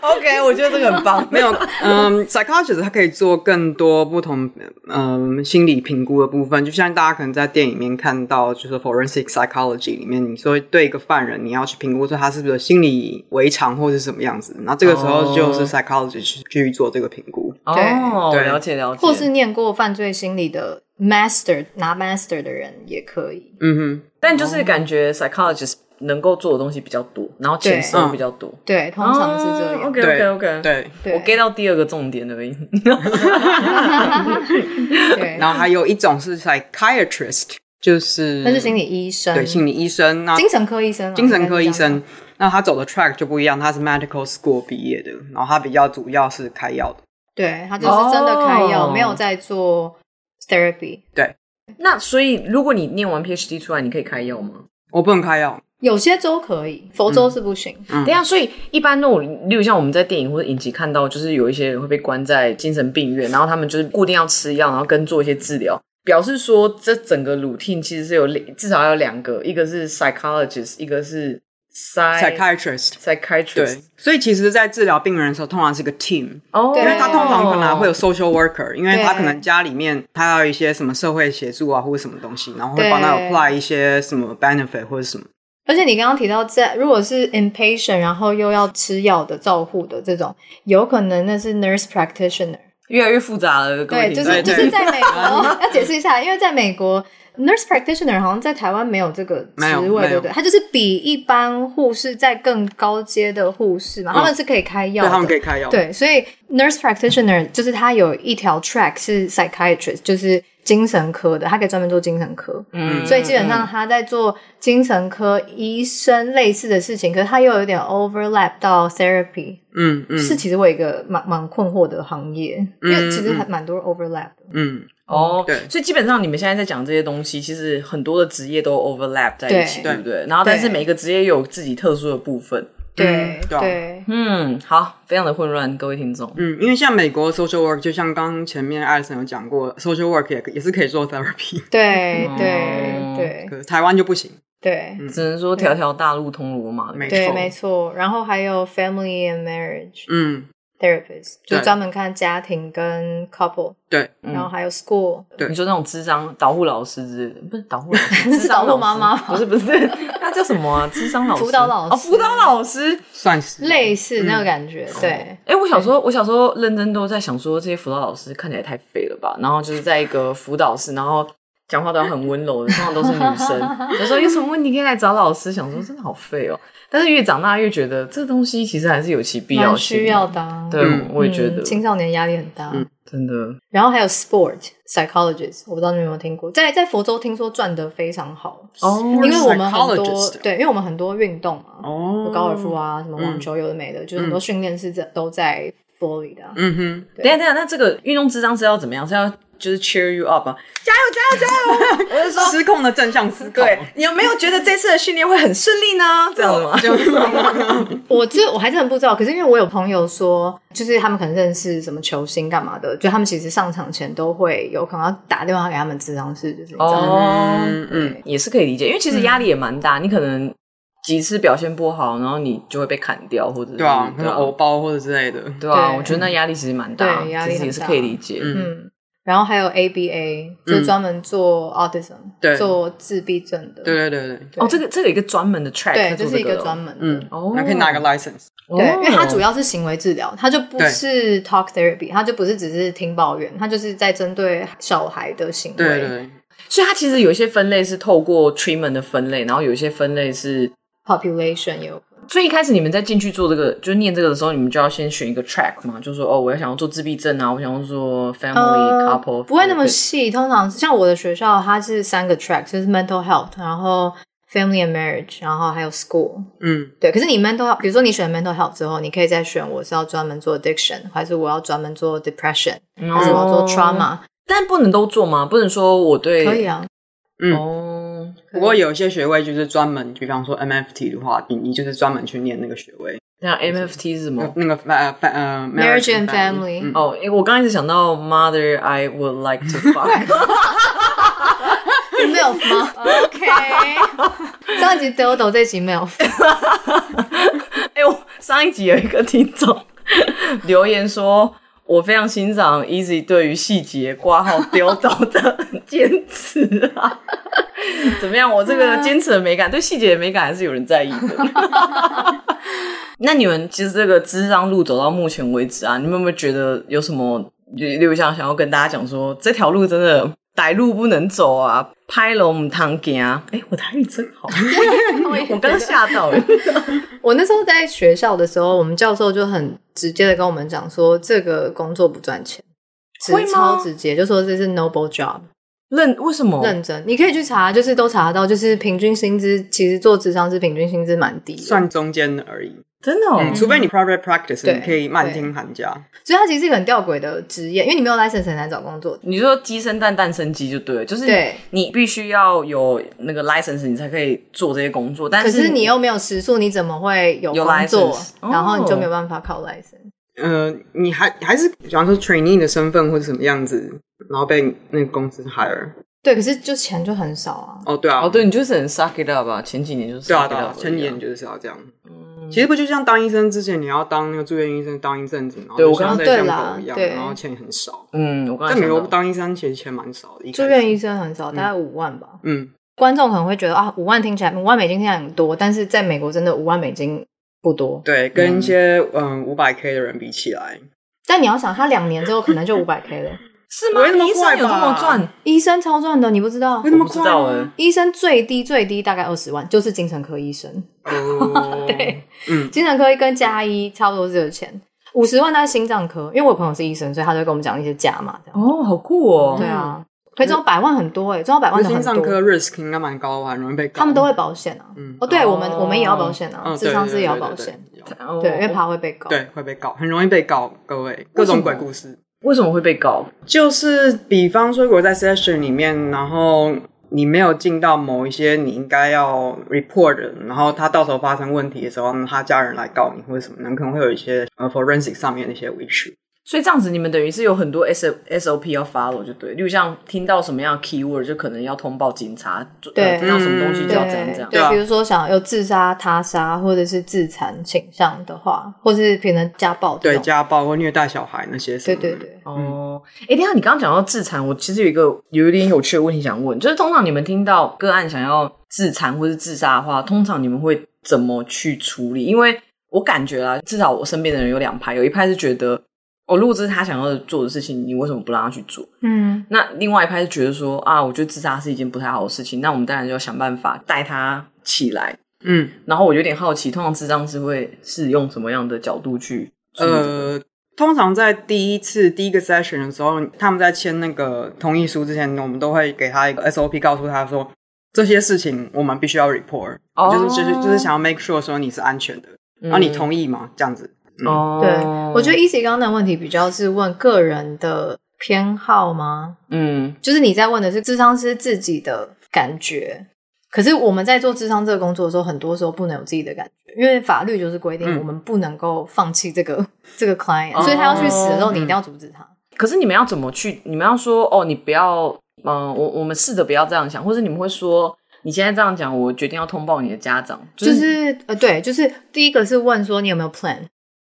A: OK，我觉得这个很棒。
B: 没有，嗯，psychologist 它可以做更多不同，嗯，心理评估的部分。就像大家可能在电影里面看到，就是 forensic psychology 里面，你说对一个犯人，你要去评估说他是不是有心理违常或是什么样子。那这个时
C: 哦
B: 候就是 psychologist 去去做这个评估。
A: 哦，
B: 对
A: 了解了解。
C: 或是念过犯罪心理的 master 拿 master 的人也可以。
B: 嗯
A: 但就是感觉 psychologist 能够做的东西比较多，然后钱收入比较多，
C: 对，通常是这
B: 哦
C: 样。
A: OK OK OK，
B: 哼，，对。
C: 对，
A: 我 get 到第二个重点而已。
C: 对，
B: 然后还有一种是 psychiatrist，就是
C: 那是心理医生，
B: 对心理医生。那
C: 嗯精神科医生啊，
B: 精神科医
C: 应
B: 生，那他走的 track 就不一样，他是 medical school 毕业的，然后他比较主要是开药的。
C: 该这样讲，对他就是真的开药，
A: 哦
C: 没有在做 therapy。
A: 那所以，如果你念完 PhD 出来，你可以开药吗？
B: 我不能开药，
C: 有些州可以，佛州是不行。
B: 嗯
A: 等一下，所以一般那种，例如像我们在电影或者影集看到，就是有一些人会被关在精神病院，然后他们就是固定要吃药，然后跟做一些治疗。表示说，这整个 routine 其实是有两至少要有两个，一个是 psychologist，一个是 psy
B: psychiatrist。对
A: psychiatrist。，
B: 所以其实，在治疗病人的时候，通常是个 team，
A: 哦，
C: 对
B: 因为他通常可能还会有 social worker，因为他
C: 对
B: 可能家里面他要一些什么社会协助啊，或者什么东西，然后会帮他
C: 对
B: apply 一些什么 benefit 或者什么。
C: 而且你刚刚提到在，如果是 inpatient，然后又要吃药的照护的这种，有可能那是 nurse practitioner。
A: 越来越复杂了，各位
C: 对，就
A: 听众
B: 对
C: 是就
B: 对
C: 是在美 国要解释一下，因为在美国 nurse practitioner 好像在台湾没有这个
B: 没有
C: 职
B: 没
C: 位，
B: 有
C: 对不对？他就是比一般护士在更高阶的护士嘛，他们是可以开
B: 哦
C: 药
B: 对，
C: 的，
B: 他们可以开药。，
C: 对，所以 nurse practitioner 就是他有一条 track 是 psychiatrist，就是精神科的，他可以专门做精神科。
A: 嗯
C: 所以基本上他在做精神科医生类似的事情，可是他又有点 overlap 到 therapy，、
B: 嗯嗯
C: 是其实我有一个蛮蛮困惑的行业，因为其实
B: 嗯
C: 还蛮多 overlap 的。
B: 嗯，
A: 哦，
B: 对
A: 所以基本上你们现在在讲这些东西，其实很多的职业都 overlap 在一起，
C: 对
A: 对不对？然后，但是
C: 对
A: 每个职业有自己特殊的部分。
C: 对、
B: 对啊
C: 对，
A: 嗯，好，非常的混乱，各位听众。
B: 嗯，因为像美国 social work，就像刚前面艾森有讲过，social work 也也是可以做 therapy，
C: 对
A: 嗯
C: 对对
B: 可是台湾就不行。
C: 对
A: 只能说条条大路通罗马。
B: 嗯没
C: 对，
B: 错
C: 没错。然后还有 family and marriage
B: 嗯，
C: therapist，就
B: 对
C: 专门看家庭跟 couple，
B: 对，
A: 嗯
C: 然后还有 school，
B: 对
A: 你说那种智商导护老师之类的，不是导护老 师，智商
C: 是导
A: 老
C: 护妈妈
A: 师不是不是，那叫什么啊？智商老师、
C: 辅导老师
A: 哦，辅导老师。
B: 算是
C: 类似
B: 嗯
C: 那个感觉，对。
A: 哎、我小时候，我小时候认真都在想说，这些辅导老师看起来太废了吧？然后就是在一个辅导室，然后讲话都要很温柔的，通常都是女生。有时候有什么问题可以来找老师，想说真的好废哦。但是越长大越觉得这东西其实还是有其必要
C: 蛮
A: 性。
C: 需要的啊。
A: 对，
B: 嗯
A: 我也觉得
C: 嗯青少年压力很大。
B: 嗯
A: 真的。
C: 然后还有 sport psychologist，我不知道你们有没有听过，在在佛州听说赚的非常好，
A: 哦
C: 因为我们很多
B: Psychologist
C: 对，因为我们很多运动嘛，
B: 哦，
C: 高尔夫，啊，什么网
B: 嗯
C: 球有的没的，就是很多训练是在都在佛罗里达。
B: 嗯哼，
A: 等一下等一下，那这个运动智商是要怎么样？是要就是 cheer you up 吗？
B: 失控的正向思考，
A: 对，，你有没有觉得这次的训练会很顺利呢？这样子
C: 哦
A: 吗？
B: 就
C: 我这我还真的不知道，可是因为我有朋友说，就是他们可能认识什么球星干嘛的，就他们其实上场前都会有可能要打电话给他们智商室，就是你知道吗？
A: 哦，
B: 嗯嗯，
A: 也是可以理解，因为其实压力也蛮大，你可能几次表现不好，然后你就会被砍掉，或者是
B: 对啊，可
A: 对
B: 能偶
A: 啊，
B: 包或者之类的，
A: 对啊，
C: 哦对
A: 我觉得那压力其实蛮大，
C: 对压力
A: 其实也
C: 很
A: 是
C: 大
A: 可以理解。
B: 嗯
C: 嗯，然后还有 ABA，就是专门做 autism，、
B: 对
C: 做自闭症的，
B: 对对对对，
A: 哦，这个这个有一个专门的 track，
C: 对，
A: 在
C: 这
A: 做
C: 是一
A: 个
C: 个
A: 的哦
C: 专门的。
B: 嗯，
A: 哦
B: 还可以拿个 license，
C: 对，因为它主
A: 要
C: 要是行为治疗，它就不
B: 对
C: 是 talk therapy，它就不是只是听抱怨，它就是在针对小孩的行为。
B: 对对对，
A: 所以它其实有一些分类是透过 treatment 的分类，然后有一些分类是。
C: population 也有
A: 所以一开始你们在进去做这个，就是念这个的时候，你们就要先选一个 track 嘛，就说哦，我要想要做自闭症啊，我想要做 family、
C: 呃
A: couple，
C: 不会那么
A: therapy
C: 细。通常像我的学校，它是三个 track，就是 mental health，然后 family and marriage，然后还有 school。
B: 嗯
C: 对，可是你 mental，health，比如说你选 mental health 之后，你可以再选我是要专门做 addiction，还是我要专门做 depression，还是我要做 trauma？、
A: 但不能都做吗？不能说我哦对
C: 可以啊，
B: 嗯。
A: 哦，
B: 不过有一些学位就是专门，比方说 MFT 的话，你你就是专门去念那个学位，
A: 那 MFT 是什么？
B: 那个呃呃
C: 哦 Marriage and family
B: 嗯
A: 哦，因为我刚开始想到 Mother I would like to fuck，
C: 是 milf 吗？OK，上一 集 Dodo 这集 milf，
A: 哎呦，上一集有一个听众留言说。我非常欣赏 Easy 对于细节挂号丢斗的坚持啊！怎么样？我这个坚持的美感，对细节的美感还是有人在意的。 那你们其实这个智商路走到目前为止啊，你们有没有觉得有什么六项想要跟大家讲说，这条路真的歹路不能走啊，拍龙唔通行。哎，我台语真好，我刚吓到了。
C: 我那时候在学校的时候，我们教授就很直接的跟我们讲说，这个工作不赚钱，直
A: 会吗
C: 超直接，就说这是 noble job。
A: 认为什么？
C: 认真，你可以去查，就是都查得到，就是平均薪资，其实做职场是平均薪资蛮低的，所
B: 算中间的而已，
A: 真的哦、
B: 嗯，除非你 private practice，
C: 对
B: 你可以漫天喊价，
C: 以它其实是一个很吊诡的职业，因为你没有 license 很难找工作。
A: 你说鸡生蛋，蛋生鸡就对了，就是
C: 对
A: 你必须要有那个 license，你才可以做这些工作。但
C: 可是你
A: 又
C: 又没有时速，你怎么会有
A: 有
C: 工作
A: license？？
C: 然后你就
A: 哦
C: 没有办法考 license。
B: 呃，你还还是比方说 trainee 的身份或者什么样子，然后被那个公司 hire，
C: 对，可是就钱就很少啊。
B: 哦，对啊，
A: 哦，对你就是很 suck it up 啊，前几年就是
B: 对
A: suck
B: 啊，
A: it
B: 对啊
A: up，，
B: 前
A: 而
B: 几
A: 已
B: 年
A: 啊
B: 就是要这样。
C: 嗯
B: 其实不就像当医生之前，你要当那个住院医生，当一阵子，然后
A: 对
B: 就
A: 我刚
B: 像
C: 刚
B: 在
C: 对
B: 像
C: 啦
B: 狗一样，
C: 对啊
B: 然后钱很少。
A: 嗯，我刚
B: 在
A: 才
B: 美国
A: 想到
B: 当医生其实钱蛮少的，一开
C: 住
B: 始
C: 院医生很少，大概五万吧。
B: 嗯，
C: 观众可能会觉得啊，五万听起来五万美金听起来很多，但是在美国真的五万美金不多。
B: 对，跟一些嗯五百 K 的人比起来，
C: 但你要想，他两年之后可能就五百 K 了，
A: 是
B: 不会那
A: 吗？
B: 么
A: 医生
B: 快
A: 有这么
B: 吧
A: 赚？
C: 医生超赚的，你不知道
B: 会？那么
A: 我不知
B: 快
A: 道欸
B: 吗？
C: 医生最低最低大概二十万，就是精神科医生，
B: 哦，
C: 对，
B: 嗯，
C: 精神科跟加医差不多是这个钱。五十万大概心脏科，因为我朋友是医生，所以他就会跟我们讲一些价嘛，这样。
A: 哦，好酷哦！
C: 对啊，可以中百万很多哎、欸，中百
B: 我
C: 万的
B: 心
C: 很
B: 脏
C: 多，
B: 科 risk 应该蛮高的吧，很容易被告
C: 他们都会保险啊。
B: 嗯
C: 哦，对我们
A: 哦
C: 我们也要保险啊，
B: 嗯，
C: 智商
B: 对
C: 是也要
B: 对
C: 保
B: 对
C: 险，
B: 对
A: 哦
C: 对，因为怕会被告。
B: 对，会被告，很容易被告，各位各
A: 什
B: 种
A: 么
B: 鬼故事。
A: 为什么会被告？
B: 就是比方说，如果在 session 里面，然后你没有尽到某一些你应该要 report 的，然后他到时候发生问题的时候，那他家人来告你或者什么，那可能会有一些呃 forensic 上面的一些 issue。
A: 所以这样子，你们等于是有很多 S S O P 要 follow 就对，例如像听到什么样的 keyword 就可能要通报警察，就
C: 对
A: 呃听到什么东西
B: 嗯
A: 就要怎样怎
C: 对
A: 样。
B: 对啊
C: 比如说想有自杀、他杀或者是自残倾向的话，或是可能家暴这
B: 对
C: 种，
B: 家暴或虐待小孩那些什
C: 对
B: 么，
C: 对，对，
A: 哦，哎、等一下你刚刚讲到自残，我其实有一个有一点有趣的问题想问，就是通常你们听到个案想要自残或是自杀的话，通常你们会怎么去处理？因为我感觉啊，至少我身边的人有两派，有一派是觉得哦，如果这是他想要做的事情，你为什么不让他去做？
C: 嗯
A: 那另外一派是觉得说啊，我觉得自杀是一件不太好的事情，那我们当然就要想办法带他起来。
B: 嗯，
A: 然后我有点好奇，通常智障是会是用什么样的角度去处理这个？
B: 呃，通常在第一次第一个 session 的时候，他们在签那个同意书之前，我们都会给他一个 SOP，告诉他说这些事情我们必须要 report，、
A: 哦
B: 就是就是就是想要 make sure 说你是安全的，
A: 嗯
B: 然后你同意吗？这样子。嗯
A: 哦，
C: 对，我觉得 Easy 刚刚的问题比较是问个人的偏好吗？
A: 嗯
C: 就是你在问的是智商师自己的感觉。可是我们在做智商这个工作的时候，很多时候不能有自己的感觉，因为法律就是规定
B: 嗯
C: 我们不能够放弃这个这个 client，、
A: 哦
C: 所以他要去死的时候，
B: 嗯
C: 你一定要阻止他。
A: 可是你们要怎么去？你们要说哦，你不要，嗯、我我们试着不要这样想，或者你们会说，你现在这样讲，我决定要通报你的家长，、
C: 就是是呃，对，就是第一个是问说你有没有 plan，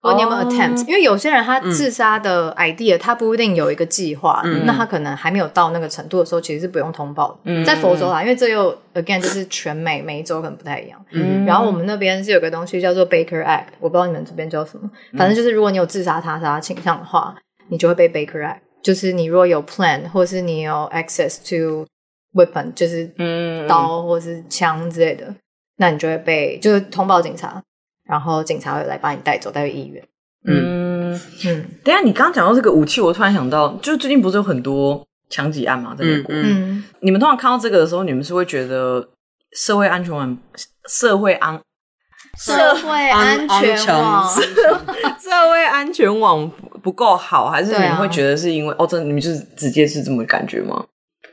A: 哦
C: 或你有没有 attempt，、因为有些人他
B: 嗯
C: 自杀的 idea，、他不一定有一个计划，
B: 嗯
C: 那他可能还没有到那个程度的时候，其实是不用通报的。
A: 嗯
C: 在佛州啦，因为这又 again 就是全美每一州可能不太一样。
B: 嗯
C: 然后我们那边是有个东西叫做 Baker Act，我不知道你们这边叫什么，反正就是如果你有自杀他杀倾向的话，你就会被 Baker Act。就是你如果有 plan，或是你有 access to weapon，就是
A: 嗯
C: 刀或是枪之类的，那你就会被就是通报警察，然后警察会来把你带走，带回医院。
A: 嗯。
C: 嗯
A: 等一下，你刚刚讲到这个武器，我突然想到，就是最近不是有很多枪击案嘛，在美国，
B: 嗯
C: 嗯，
A: 你们通常看到这个的时候，你们是会觉得社会安全网、社会安、
C: 社会安全网
B: 安
A: 社会安全网不不够好，还是你
C: 对啊
A: 们会觉得是因为、哦，真的你们就是直接是这么感觉吗？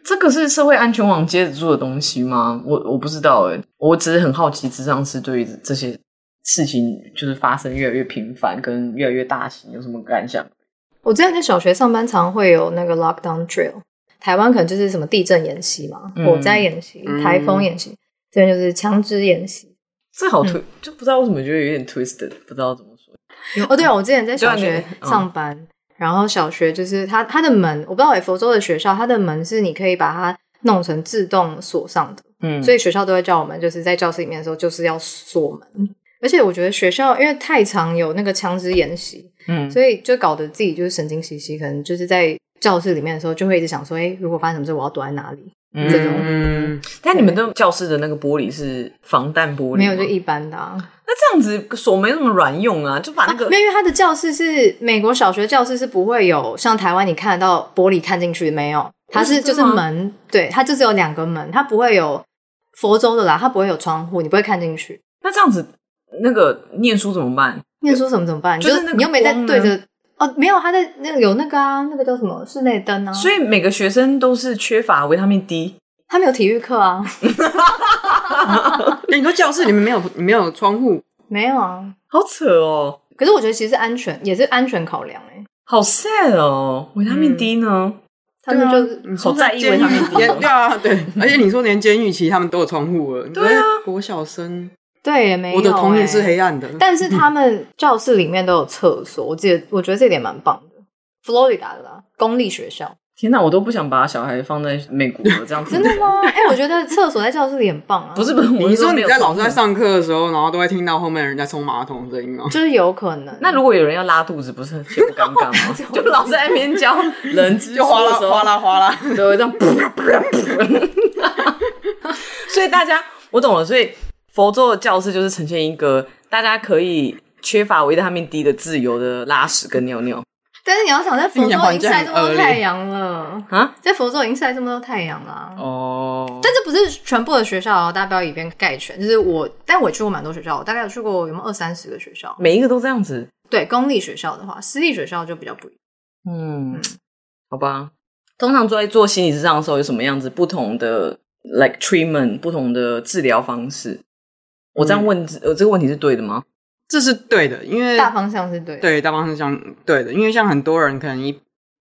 A: 这个是社会安全网接得住的东西吗？我我不知道哎、我只是很好奇，智商师对于这些事情就是发生越来越频繁跟越来越大型有什么感想？
C: 我之前在小学上班，常会有那个 lockdown drill。台湾可能就是什么地震演习嘛，
A: 嗯
C: 火灾演习、
B: 嗯
C: 台风演习，这边就是枪支演习。
A: 这好推，就不知道为什么觉得有点 twisted，不知道怎么说。
C: 哦，对啊，我之前在小
A: 对啊
C: 学
A: 你嗯
C: 上班，然后小学就是它它的门，我不知道诶，欸佛州的学校它的门是你可以把它弄成自动锁上的。
A: 嗯
C: 所以学校都会叫我们，就是在教室里面的时候，就是要锁门。而且我觉得学校因为太常有那个枪支演习，
A: 嗯
C: 所以就搞得自己就是神经兮兮，可能就是在教室里面的时候就会一直想说，哎、如果发生什么事，我要躲在哪里？
A: 以
C: 这种
B: 嗯，
A: 但你们的教室的那个玻璃是防弹玻璃吗，
C: 没有就一般的啊，
A: 那这样子锁没那么软用啊，就把那个、
C: 啊没有，因为他的教室是美国小学教室是不会有像台湾你看得到玻璃看进去没有，它是
A: 哦
C: 就
A: 真
C: 是
A: 的吗
C: 门，对，它就是有两个门，它不会有佛州的啦，它不会有窗户，你不会看进去。
A: 那这样子那个念书怎么办？
C: 念书怎么怎么办？你
A: 就是那个
C: 你又没在
A: 光呢
C: 对着哦，没有，他在那个有那个啊，那个叫什么室内灯啊，
A: 所以每个学生都是缺乏维他命 D，
C: 他没有体育课啊，
B: 那你说教室里面没有没有窗户，
C: 没有啊。
A: 好扯哦，
C: 可是我觉得其实安全也是安全考量哎、
A: 好 sad 哦，维他
B: 嗯
A: 命 D 呢？
C: 他们就是、
B: 你
A: 好
B: 说
A: 在
B: 在
A: 意
B: 监
A: 为他们
B: 狱
A: 自己
B: 连对啊对，而且你说连监狱其实他们都有窗户了，
A: 对啊，
B: 国小生，
C: 对也没有、
B: 我的童年是
C: 欸
B: 黑暗的，
C: 但是他们教室里面都有厕所，我记得我觉得这点蛮棒的。佛罗里达的啦，公立学校
A: 天哪，我都不想把小孩放在美国了，这样子
C: 真的吗？哎、我觉得厕所在教室里很棒啊，
A: 不是不是，我
B: 你
A: 是
B: 说
A: 没
B: 你
A: 有
B: 在
A: 窗
B: 老师在
A: 户。
B: 上课的时候，然后都会听到后面人在冲马桶的声音吗？
C: 就是有可能。
A: 那如果有人要拉肚子，不是很显不尴尬 吗？就老师在那边教人之
B: 就哗
A: 说
B: 啦
A: 的时候
B: 哗啦哗啦，
A: 对，会这样噗噗噗噗， 所以大家我懂了，所以佛州的教室就是呈现一个大家可以缺乏维他命 D 的自由的拉屎跟尿尿
C: 但是你要想，在佛
B: 你的
C: 州已
B: 环
C: 经
B: 境
C: 晒这么
B: 很
C: 多
B: 恶
C: 太
B: 劣
C: 阳了，
A: 啊。
C: 在佛州已经晒这么多太阳了啊、
A: 哦，
C: 但这不是全部的学校哦，大家不要以偏概全。就是我，但我也去过蛮多学校，我大概有去过有没有二三十个学校。
A: 每一个都这样子，
C: 对，公立学校的话，私立学校就比较不一样。
A: 嗯，好吧。通常在做心理治疗的时候，有什么样子不同的 like treatment 不同的治疗方式？我这样问，呃，这个问题是对的吗？
B: 这是对的，因为
C: 大方向是对的，
B: 对大方向像对的，因为像很多人可能一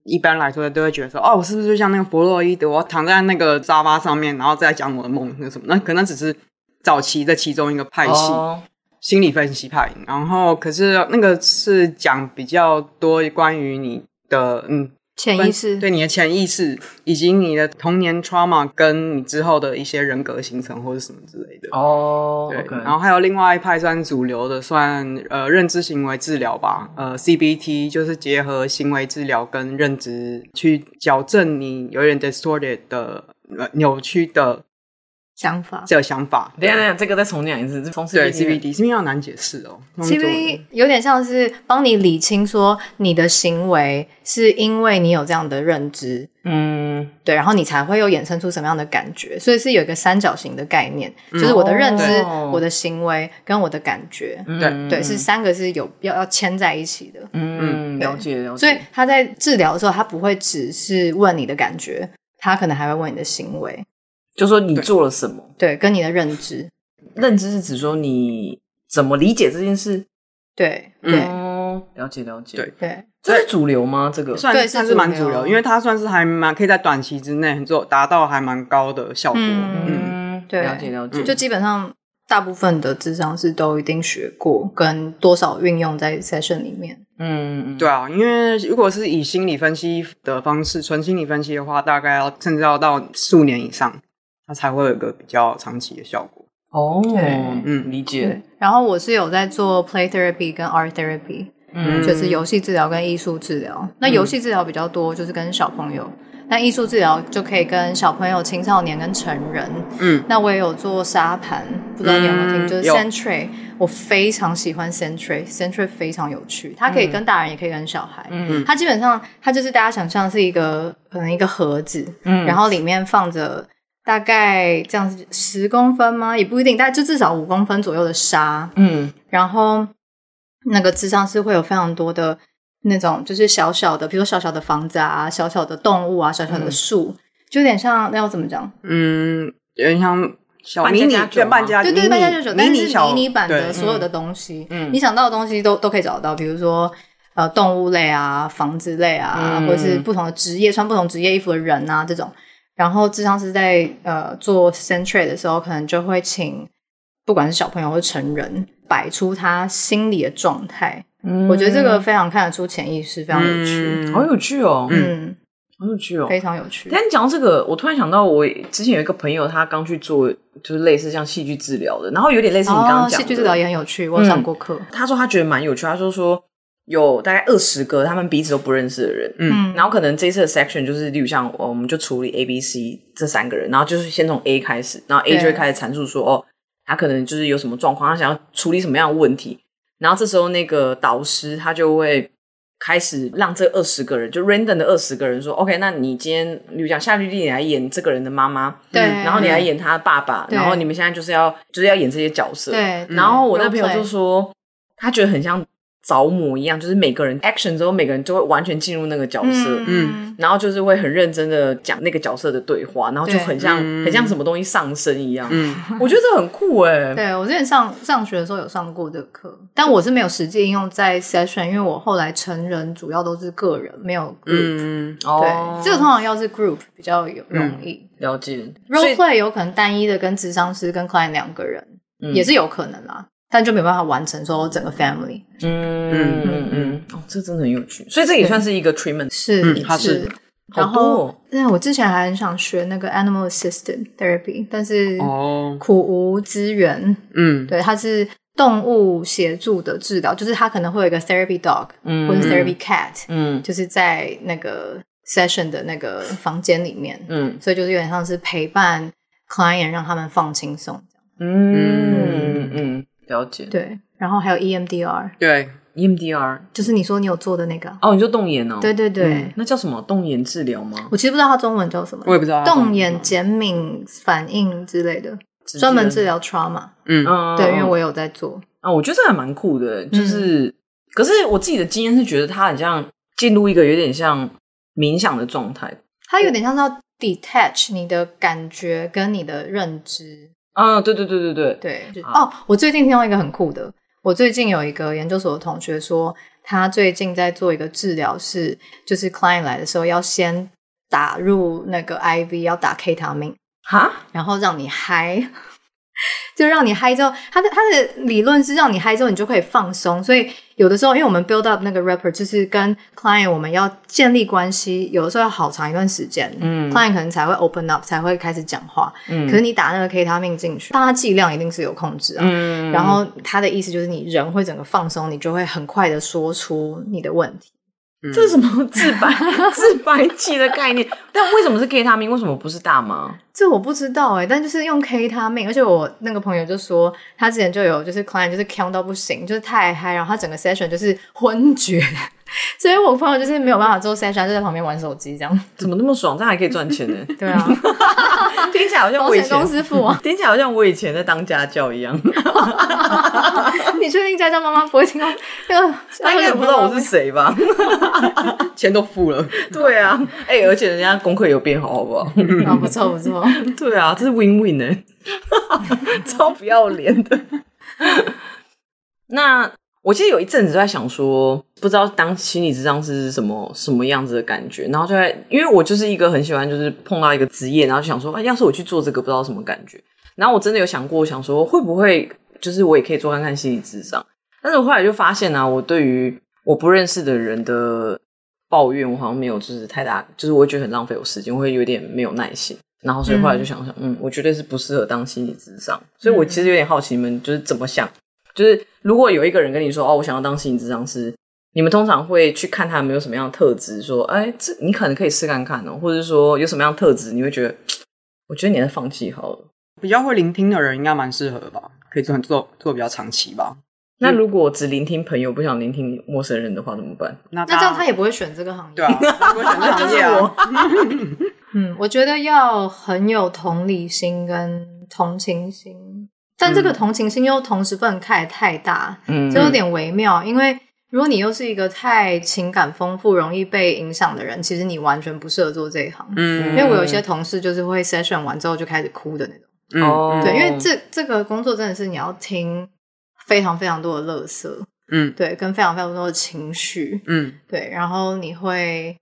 B: 一般来说都会觉得说，哦，我是不是就像那个弗洛伊德，我躺在那个沙发上面，然后再讲我的梦那什么？那可能只是早期的其中一个派系。
A: 哦，
B: 心理分析派，然后可是那个是讲比较多关于你的嗯
C: 潜意识
B: 对你的潜意识，以及你的童年 trauma 跟你之后的一些人格形成或者什么之类的。
A: 哦
B: 对
A: OK，
B: 然后还有另外一派算主流的，算呃认知行为治疗吧，呃 CBT 就是结合行为治疗跟认知去矫正你有点 distorted 的呃扭曲的
C: 想法。
B: 这个想法。
A: 等一下等一下，这个再重讲一次，这从
B: 对
A: CBD 的
B: CBT 是比较难解释哦。用中文
C: CBD 有点像是帮你理清，说你的行为是因为你有这样的认知，
A: 嗯，
C: 对，然后你才会有衍生出什么样的感觉，所以是有一个三角形的概念，就是我的认知、
A: 哦
C: 我的行为跟我的感觉，
A: 嗯
C: 对，是三个是有要要牵在一起的。
A: 嗯，了解了解。
C: 所以他在治疗的时候，他不会只是问你的感觉，他可能还会问你的行为，
A: 就说你做了什么，
C: 对，跟你的认知，
A: 认知是指说你怎么理解这件事。
C: 对，
B: 嗯
C: 对，
A: 哦，了解了解。
B: 对，
C: 对，
A: 这是主流吗？这个
B: 算
C: 对是
B: 算是蛮
C: 主
B: 主
C: 流
B: 流，因为它算是还蛮可以在短期之内做达到还蛮高的效果。
C: 嗯
B: 嗯，
A: 嗯，
C: 对
A: 了解了解。
C: 就基本上大部分的智商是都一定学过，跟多少运用在 session 里面。
A: 嗯，嗯
B: 对，啊，因为如果是以心理分析的方式，纯心理分析的话，大概要甚至要到数年以上，它才会有一个比较长期的效果。
A: 哦，嗯，
B: 嗯
A: 理解。
C: 然后我是有在做 play therapy 跟 art therapy，
A: 嗯
C: 就是游戏治疗跟艺术治疗。那游戏治疗比较多，就是跟小朋友；那艺术治疗就可以跟小朋友、青少年跟成人。
B: 嗯，
C: 那我也有做沙盘，不知道你有没有听？
B: 嗯
C: 就是
B: 有
C: Century，我非常喜欢 Century，Century 非常有趣，它可以跟大人也可以跟小孩。
A: 嗯
C: 它基本上它就是大家想象是一个可能一个盒子，
A: 嗯
C: 然后里面放着大概这样子十公分吗？也不一定，大概就至少五公分左右的沙，
A: 嗯
C: 然后那个智商是会有非常多的那种，就是小小的，比如说小小的房子啊，小小的动物啊，小小的树，就有点像那要怎么讲？
B: 嗯，有点像小
A: 扮
B: 迷
A: 家
B: 你
A: 家酒
B: 对
A: 吗
B: 半家
C: 对
B: 迷
C: 对，
B: 你
C: 大家就有，
B: 迷
C: 但是
B: 你
C: 是
B: 小
C: 迷你版的
B: 对
C: 所有的东西，
A: 嗯
C: 你想到的东西都都可以找到，比如说。呃，动物类啊，房子类啊，
A: 嗯
C: 或者是不同的职业穿不同职业衣服的人啊，这种。然后，智商是在呃做 century 的时候，可能就会请不管是小朋友或是成人，摆出他心理的状态。
A: 嗯
C: 我觉得这个非常看得出潜意识，非常有趣。
B: 嗯
A: 好有趣哦，
C: 嗯，
A: 好有趣哦。
C: 非常有趣。
A: 但你讲到这个，我突然想到，我之前有一个朋友，他刚去做就是类似像戏剧治疗的，然后有点类似你刚刚
C: 哦，
A: 讲
C: 戏
A: 的嗯
C: 剧治疗也很有趣，我有上过课。
A: 他说他觉得蛮有趣，他说说有大概二十个他们彼此都不认识的人，
C: 嗯
A: 然后可能这一次的 section 就是，例如像呃我们就处理 A、B、C 这三个人，然后就是先从 A 开始，然后 A
C: 对
A: 就会开始阐述说，哦，他可能就是有什么状况，他想要处理什么样的问题，然后这时候那个导师他就会开始让这二十个人，就 random 的二十个人说，OK，那你今天，例如讲夏绿蒂，你来演这个人的妈妈，
C: 对
A: 嗯然后你来演他的爸爸，
C: 对
A: 然后你们现在就是要就是要演这些角色，
C: 对，
A: 然后我那
C: Role
A: 朋友
C: play
A: 就说，他觉得很像着魔一样，就是每个人 action 之后，每个人就会完全进入那个角色，
B: 嗯
A: 然后就是会很认真的讲那个角色的对话，然后就
C: 对
A: 很像、
B: 嗯
A: 很像什么东西上身一样。
B: 嗯
A: 我觉得这很酷哎、
C: 对我之前上上学的时候有上过这个课，但我是没有实际应用在 session，因为我后来成人主要都是个人，没有 group。
B: 嗯，
C: 对，
A: 哦，
C: 这个通常要是 group 比较有容易。
A: 了解，所
C: role
A: 以
C: play 有可能单一的跟智商师跟 client 两个人、
A: 嗯
C: 也是有可能啦，但就没办法完成说整个 family。
A: 嗯嗯嗯，哦，这真的很有趣，所以这也算是一个 treatment，
C: 是、
B: 嗯它
C: 是
B: 是。
A: 好
C: 然
A: 多哦
C: 后，那我之前还很想学那个 animal assistant therapy，但是
B: 哦，
C: 苦无资源，
B: 嗯，
C: 对，它是动物协助的治疗，就是它可能会有一个 therapy dog
A: 嗯
C: 或者 therapy cat，、
A: 嗯
C: 就是在那个 session 的那个房间里面，
A: 嗯
C: 所以就是有点像是陪伴 client 让他们放轻松，
A: 嗯嗯，了解。E
C: 对。然后还有 E EMDR，
B: 对，
A: EMDR，
C: 就是你说你有做的那个，
A: 哦，你就动眼哦，
C: 对对对，
A: 嗯那叫什么动眼治疗吗？
C: 我其实不知道它中文叫什么
B: 我，也不知道它怎么
C: 动眼减敏反应之类的，
A: 直接
C: 专门治疗 trauma，
B: 嗯
A: 嗯，
C: 对，因为我有在做，
A: 啊，我觉得这还蛮酷的，欸就是，
C: 嗯
A: 可是我自己的经验是觉得它很像进入一个有点像冥想的状态，
C: 它有点像是要 detach 你的感觉跟你的认知。
A: 啊，对对对对对，
C: 对，就
A: 啊
C: 哦，我最近听到一个很酷的，我最近有一个研究所的同学说，他最近在做一个治疗是，就是 client 来的时候要先打入那个 IV，要打 K 他命，
A: 哈，
C: 然后让你嗨。 就让你嗨之后，他的他的理论是让你嗨之后，你就可以放松。所以有的时候，因为我们 build up 那个 rapper，就是跟 client 我们要建立关系，有的时候要好长一段时间，嗯，client 可能才会 open up，才会开始讲话。嗯，可是你打那个 K 他命进去，它剂量一定是有控制啊。嗯，然后他的意思就是你人会整个放松，你就会很快的说出你的问题。
A: 嗯这是什 么自白自白剂的概念？但为什么是 K 他命？为什么不是大麻？
C: 这我不知道哎、但就是用 K 他命，而且我那个朋友就说，他之前就有就是 client 就是 c 到不行，就是太嗨，然后他整个 session 就是昏厥， 所以我朋友就是没有办法做 session，他就在旁边玩手机这样。
A: 怎么那么爽？这样还可以赚钱 呢？
C: 对啊，
A: 听起来好像
C: 保
A: 我以
C: 险
A: 前。
C: 公司付啊
A: 听起来好像我以前在当家教一 样，
C: 你确定家教妈妈不会听到？ 那个
A: 他应该也不知道我是谁 吧？
B: 钱都付了，
A: 对啊，哎、而且人家功课有变好，好不 好？
C: 啊，不错不错。
A: 对啊，这是 win win 呢、超不要脸的。那我记得有一阵子在想说，不知道当心理智商是什么什么样子的感觉，然后就在因为我就是一个很喜欢就是碰到一个职业，然后就想说，啊，要是我去做这个，不知道什么感觉。然后我真的有想过，想说会不会就是我也可以做看看心理智商，但是我后来就发现啊，我对于我不认识的人的抱怨，我好像没有就是太大，就是我会觉得很浪费我时间，我会有点没有耐心。然后所以后来就想想，嗯我绝对是不适合当心理智商。所以我其实有点好奇你们就是怎么想，就是如果有一个人跟你说哦，我想要当心理智商师，你们通常会去看他有没有什么样的特质，说哎，这你可能可以试看看哦，或者说有什么样的特质，你会觉得，我觉得你在放弃好了。
B: 比较会聆听的人应该蛮适合吧，可以做做做比较长期吧。
A: 那如果只聆听朋友，不想聆听陌生人的话，怎么办？
B: 那
C: 那这样他
B: 他
C: 也不会选这个行业。
B: 对啊，他不 会选这行业啊，
C: 嗯，我觉得要很有同理心跟同情心，但这个同情心又同时不能开得太大，
A: 嗯
C: 这有点微妙。因为如果你又是一个太情感丰富、容易被影响的人，其实你完全不适合做这一行。因
B: 嗯
C: 为我有一些同事就是会 session 完之后就开始哭的那种。
B: 嗯
A: 哦
C: 对，因为这这个工作真的是你要听非常非常多的乐色，
B: 嗯
C: 对，跟非常非常多的情绪，
B: 嗯
C: 对，然后你会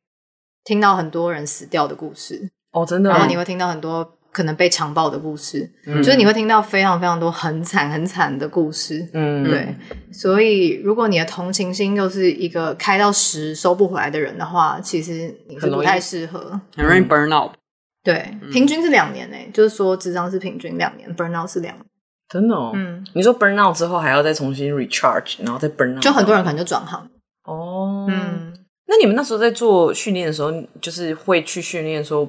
C: 听到很多人死掉的故事，
A: 哦，真的、哦，
C: 然后你会听到很多可能被强暴的故事，
A: 嗯
C: 就是你会听到非常非常多很惨很惨的故事。
A: 嗯，
C: 对，所以如果你的同情心又是一个开到十收不回来的人的话，其实你是
A: 很容
C: 不
A: 易嗯
C: 太适合。
B: 很容易 burn out。
C: 对，平均是两年诶、就是说智商是平均两年，burnout 是两年。
A: 真的、哦，
C: 嗯，
A: 你说 burn out 之后还要再重新 recharge，然后再 burn out，
C: 就很多人可能就转行。
A: 哦，嗯，
C: 嗯，
A: 那你们那时候在做训练的时候，就是会去训练说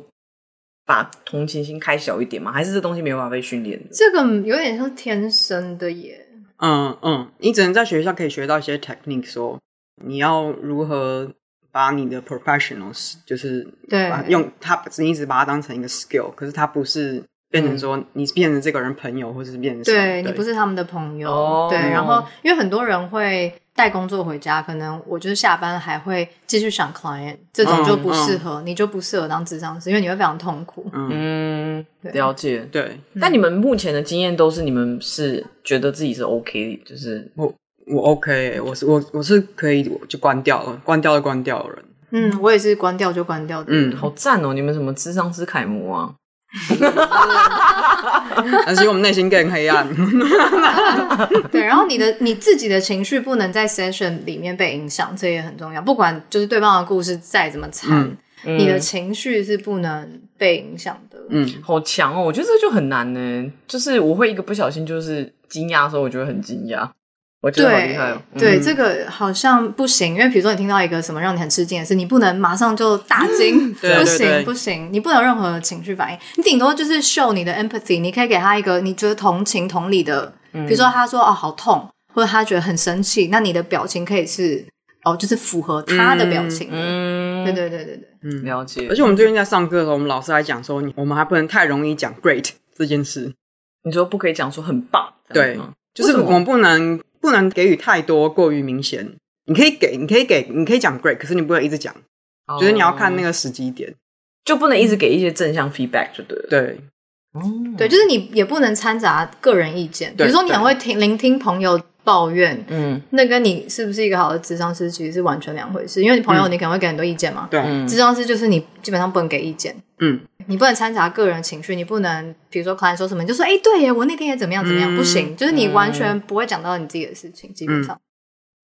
A: 把同情心开小一点吗？还是这东西没有办法被训练的？
C: 这个有点像天生的耶。
B: 嗯嗯，你只能在学校可以学到一些 technique，说你要如何把你的 professionals，就是
C: 对
B: 把用它，你一直把它当成一个 skill，可是它不是变成说你变成这个人朋友，或是变成什么
C: 嗯对你不是他们的朋友，
A: 哦
C: 对，然后因为很多人会带工作回家，可能我就是下班还会继续想 client，这种
B: 嗯
C: 就不适合，你就不适合当智商师，因为你会非常痛苦。
B: 嗯
A: 嗯，
C: 对
A: 了解。
B: 对，
A: 那你们目前的经验都是你们是觉得自己是 OK，就是
B: 嗯我 OK，我是我我是可以我就关掉了，关掉就关掉的人。
C: 嗯，我也是关掉就关掉的。
B: 嗯，
A: 好赞哦！你们什么智商师楷模啊？
B: 但是我们内心更黑 暗。
C: 对，然后你的你自己的情绪不能在 session 里面被影响，这也很重要。不管就是对方的故事再怎么惨，
B: 嗯
C: 你的情绪是不能被影响的。
B: 嗯
A: 好强哦！我觉得这就很难呢，就是我会一个不小心就是惊讶的时候，我觉得很惊讶，我觉得好厉
C: 对
A: 害哦。嗯
C: 对，这个好像不行，因为比如说你听到一个什么让你很吃惊的事，你不能马上就大
A: 嗯
C: 惊，
B: 对
C: 不
B: 对对
C: 行不行，你不能有任何情绪反应，你顶多就是 show 你的 empathy，你可以给他一个你觉得同情同理的，
A: 嗯
C: 比如说他说哦好痛，或者他觉得很生气，那你的表情可以是哦就是符合他的表情的，
A: 嗯，
C: 对对对对对，
B: 嗯，
A: 了解
B: 而。且我们最近在上课的时候，我们老师还讲说，你我们还不能太容易讲 great 这件事，
A: 你说不可以讲说很棒，这样
B: 对
A: 子吗
B: 就是
A: 为什么
B: 我们不能不能给予太多过于明显。你可以给，你可以给，你可以讲 great，可是你不能一直讲，
A: 哦
B: 就是你要看那
A: 个，
B: 个时机点。
A: 就不能一直给一些正向 feedback 就对了。
B: 对，
A: 嗯
C: 对，就是你也不能掺杂个人意见，比如
B: 对
C: 说你很
B: 对
C: 会听聆听朋友抱怨，
A: 嗯
C: 那跟你是不是一个好的智商师其实是完全两回事，因为你朋友
B: 嗯
C: 你可能会给很多意见嘛，
B: 对，啊
A: 嗯
C: 智商师就是你基本上不能给意见，
B: 嗯，
C: 你不能掺杂个人情绪，你不能比如说 client 说什么你就说哎、诶对耶，我那天也怎么样怎么样，
B: 嗯
C: 不行，就是你完全不会讲到你自己的事情，基本上，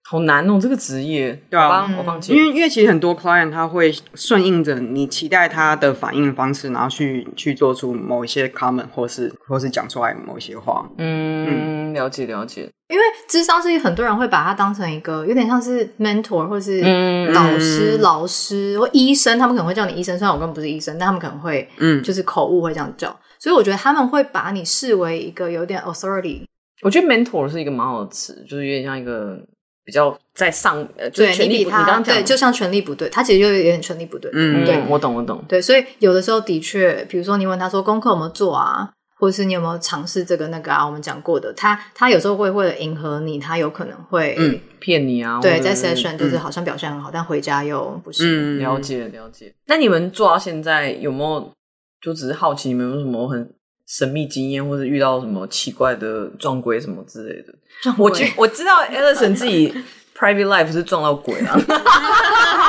A: 好难哦，这个职业。
B: 对啊
A: 好吧
C: 嗯
A: 我放弃
B: 因。为因为其实很多 client 他会顺应着你期待他的反应方式，然后去去做出某一些 comment 或是或是讲出来某一些话。
A: 嗯，了解了解。
C: 因为智商是很多人会把它当成一个有点像是 mentor 或是
A: 嗯
C: 导师、
B: 嗯
C: 老师或医生，他们可能会叫你医生，虽然我根本不是医生，但他们可能会
B: 嗯，
C: 就是口误会这样叫，所以我觉得他们会把你视为一个有点 authority，
A: 我觉得 mentor 是一个蛮好的词，就是有点像一个比较在上，呃，就是
C: 对
A: 权
C: 你
A: 力
C: 比
A: 不。你刚
C: 他
A: 刚讲
C: 对，
A: 的，
C: 就像权力不对，他其实就有点权力不对，
B: 嗯
C: 对
A: 嗯，我懂我懂。
C: 对，所以有的时候的确，比如说你问他说功课有没有做啊，或者是你有没有尝试这个那个啊，我们讲过的，他他有时候会为了迎合你，他有可能会、
B: 嗯
A: 骗你啊，
C: 对
A: 或者
C: 在
A: 是
C: session 就是好像表现很好，但回家又不是。
B: 嗯
A: 了。解了解。那你们做到现在有没有就只是好奇，你们有没有什么很神秘经验，或者遇到什么奇怪的撞鬼什么之类的？
C: 撞
A: 我
C: 鬼
A: 觉我知道 Ellison 自 己 private life 是撞到鬼啊，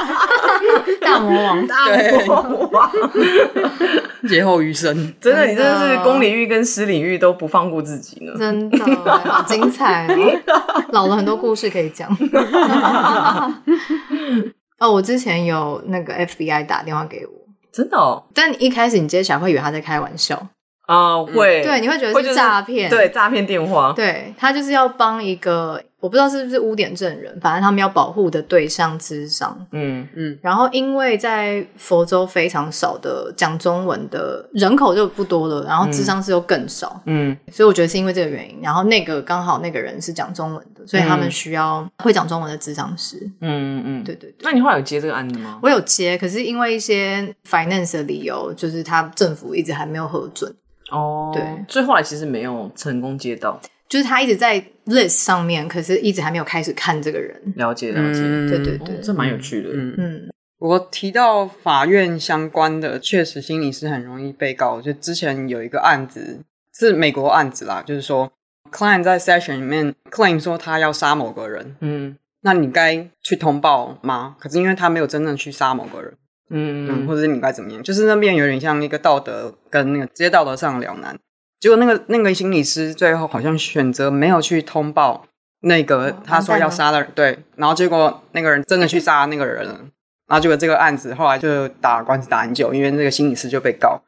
C: 大魔王，
A: 大魔王，
B: 劫后余生，
A: 真的，你真的
C: 真
A: 是
C: 的
A: 公领域跟私领域都不放过自己呢。
C: 啊真的好精彩哦！老了很多故事可以讲。 哦，我之前有那个 FBI 打电话给我，
A: 真的哦，
C: 但你一开始你接起来会以为他在开玩笑，
A: 啊会，
C: 嗯对，你会觉
A: 会就是
C: 得是诈骗，
A: 对诈骗电话，
C: 对他就是要帮一个我不知道是不是污点证人，反正他们要保护的对象智商。
A: 嗯
C: 然后因为在佛州非常少的讲中文的人口就不多了，然后智商是又更少，
A: 嗯
C: 所以我觉得是因为这个原因。然后那个刚好那个人是讲中文的，所以他们需要会讲中文的智商师。
A: 嗯嗯，
C: 对。对对。
A: 那你后来有接这个案子吗？
C: 我有接，可是因为一些 finance 的理由，就是他政府一直还没有核准，
A: 哦，
C: 对
A: 所以后来其实没有成功接到，
C: 就是他一直在 list 上面，可是一直还没有开始看这个人。
A: 了解了解，
B: 嗯，
C: 对对
A: 哦
C: 对，
A: 这蛮有趣的，
B: 嗯。
C: 嗯，
B: 我提到法院相关的，确实心理是很容易被告。就之前有一个案子是美国案子啦，就是说 client 在 session 里面 claim 说他要杀某个人，
A: 嗯
B: 那你该去通报吗？可是因为他没有真正去杀某个人，嗯，
A: 嗯
B: 或者是你该怎么样，就是那边有点像那个道德跟那个职业道德上的两难。结果那个那个心理师最后好像选择没有去通报那个
C: 哦
B: 他说
C: 完蛋
B: 要
C: 了
B: 杀的人，对，然后结果那个人真的去杀那个人了，然后结果这个案子后来就打官司打很久，因为那个心理师就被告。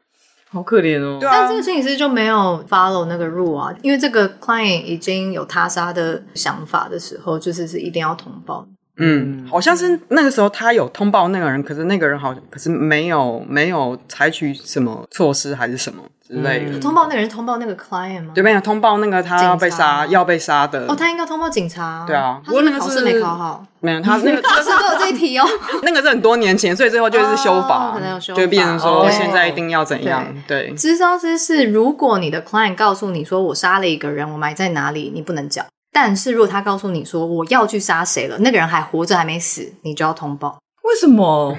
A: 好可怜哦。
B: 对啊
C: 但这个心理师就没有 follow 那个 rule 啊，因为这个 client 已经有他杀的想法的时候，就是是一定要通报。
B: 嗯，好像是那个时候他有通报那个人，可是那个人好像可是没有没有采取什么措施还是什么之类的，
A: 嗯
C: 通报那个人是通报那个 client 吗？
B: 对，没有通报那个他要被
C: 警
B: 杀
C: 察
B: 要被杀的
C: 哦，他应该通报警察、啊。
B: 对啊
C: 他是不
B: 不过
C: 是
B: 那个
C: 考
B: 是
C: 试没考好，
B: 没 有他那个
C: 考试都有这一题哦。
B: 那个是很多年前，所以最后就是修法，
C: 哦可能有修法哦
B: 就变成说
A: 对
B: 现在一定要怎样，对，
C: 智商师是，如果你的 client 告诉你说我杀了一个人，我埋在哪里，你不能讲。但是如果他告诉你说我要去杀谁了，那个人还活着还没死，你就要通报。
A: 为什么？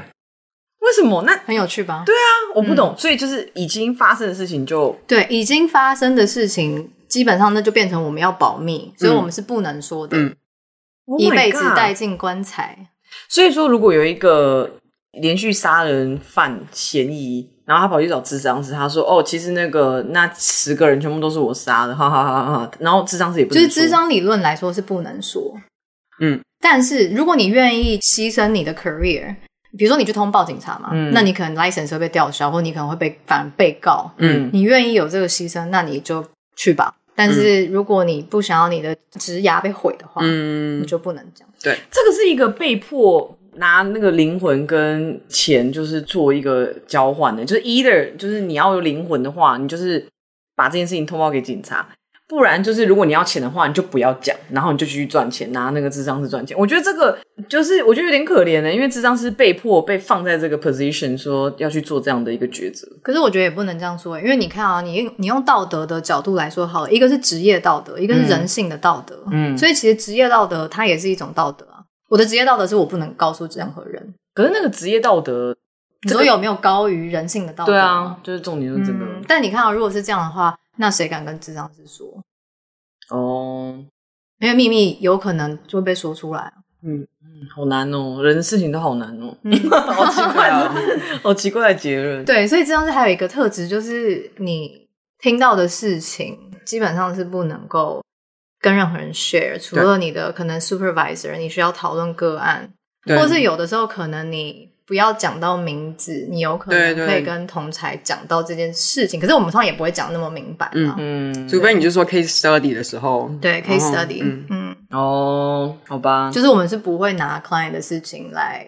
A: 为什么？那啊
C: 很有趣吧？
A: 我不懂，所以就是已经发生的事情就
C: 对，已经发生的事情，基本上那就变成我们要保密，所以我们是不能说的，
B: 嗯
A: Oh my
C: 一辈子
A: God
C: 带进棺材。
A: 所以说，如果有一个连续杀人犯嫌疑，然后他跑去找智商师，他说：“哦，其实那个那十个人全部都是我杀的，哈哈哈哈哈。”然后智商师也不
C: 就
A: 能
C: 是
A: 说
C: 智，商理论来说是不能说，
B: 嗯。
C: 但是如果你愿意牺牲你的 career，比如说你去通报警察嘛，
A: 嗯
C: 那你可能 license 会被吊销，或你可能会被反而被告。
A: 嗯
C: 你愿意有这个牺牲，那你就去吧。但是如果你不想要你的职涯被毁的话，你
B: 嗯，
C: 就不能讲。
A: 这个是一个被迫拿那个灵魂跟钱，就是做一个交换的，就是 either 就是你要有灵魂的话，你就是把这件事情通报给警察。不然就是，如果你要钱的话，你就不要讲，然后你就继续赚钱，拿那个智商是赚钱。我觉得这个就是，我觉得有点可怜的、因为智商是被迫被放在这个 position，说要去做这样的一个抉择。
C: 可是我觉得也不能这样说、因为你看啊，你用你用道德的角度来说好了，一个是职业道德，一个是人性的道德，
A: 嗯
C: 所以其实职业道德它也是一种道德啊。我的职业道德是我不能告诉任何人，
A: 可是那个职业道德，
C: 你说有没有高于人性的道德？
A: 对啊，，就是重点就是这个、
C: 嗯。但你看啊，如果是这样的话，那谁敢跟智障师说？
A: 哦，
C: 因为秘密有可能就会被说出来啊。
A: 好难哦，人的事情都好难哦，
C: 嗯
A: 好奇怪的，好奇怪的结论。
C: 对，所以智障师还有一个特质，就是你听到的事情基本上是不能够跟任何人 share，除
B: 对
C: 了你的可能 supervisor，你需要讨论个案，
B: 对
C: 或是有的时候可能你不要讲到名字，你有可
B: 对对
C: 能可以跟同才讲到这件事情，可是我们通常也不会讲那么明白嘛。
A: 嗯，
B: 除非你就说 case study 的时候，
C: 对
B: 然
C: ，case
B: 后
C: study，
B: 嗯，
C: 嗯，
A: 哦，好吧，
C: 就是我们是不会拿 client 的事情来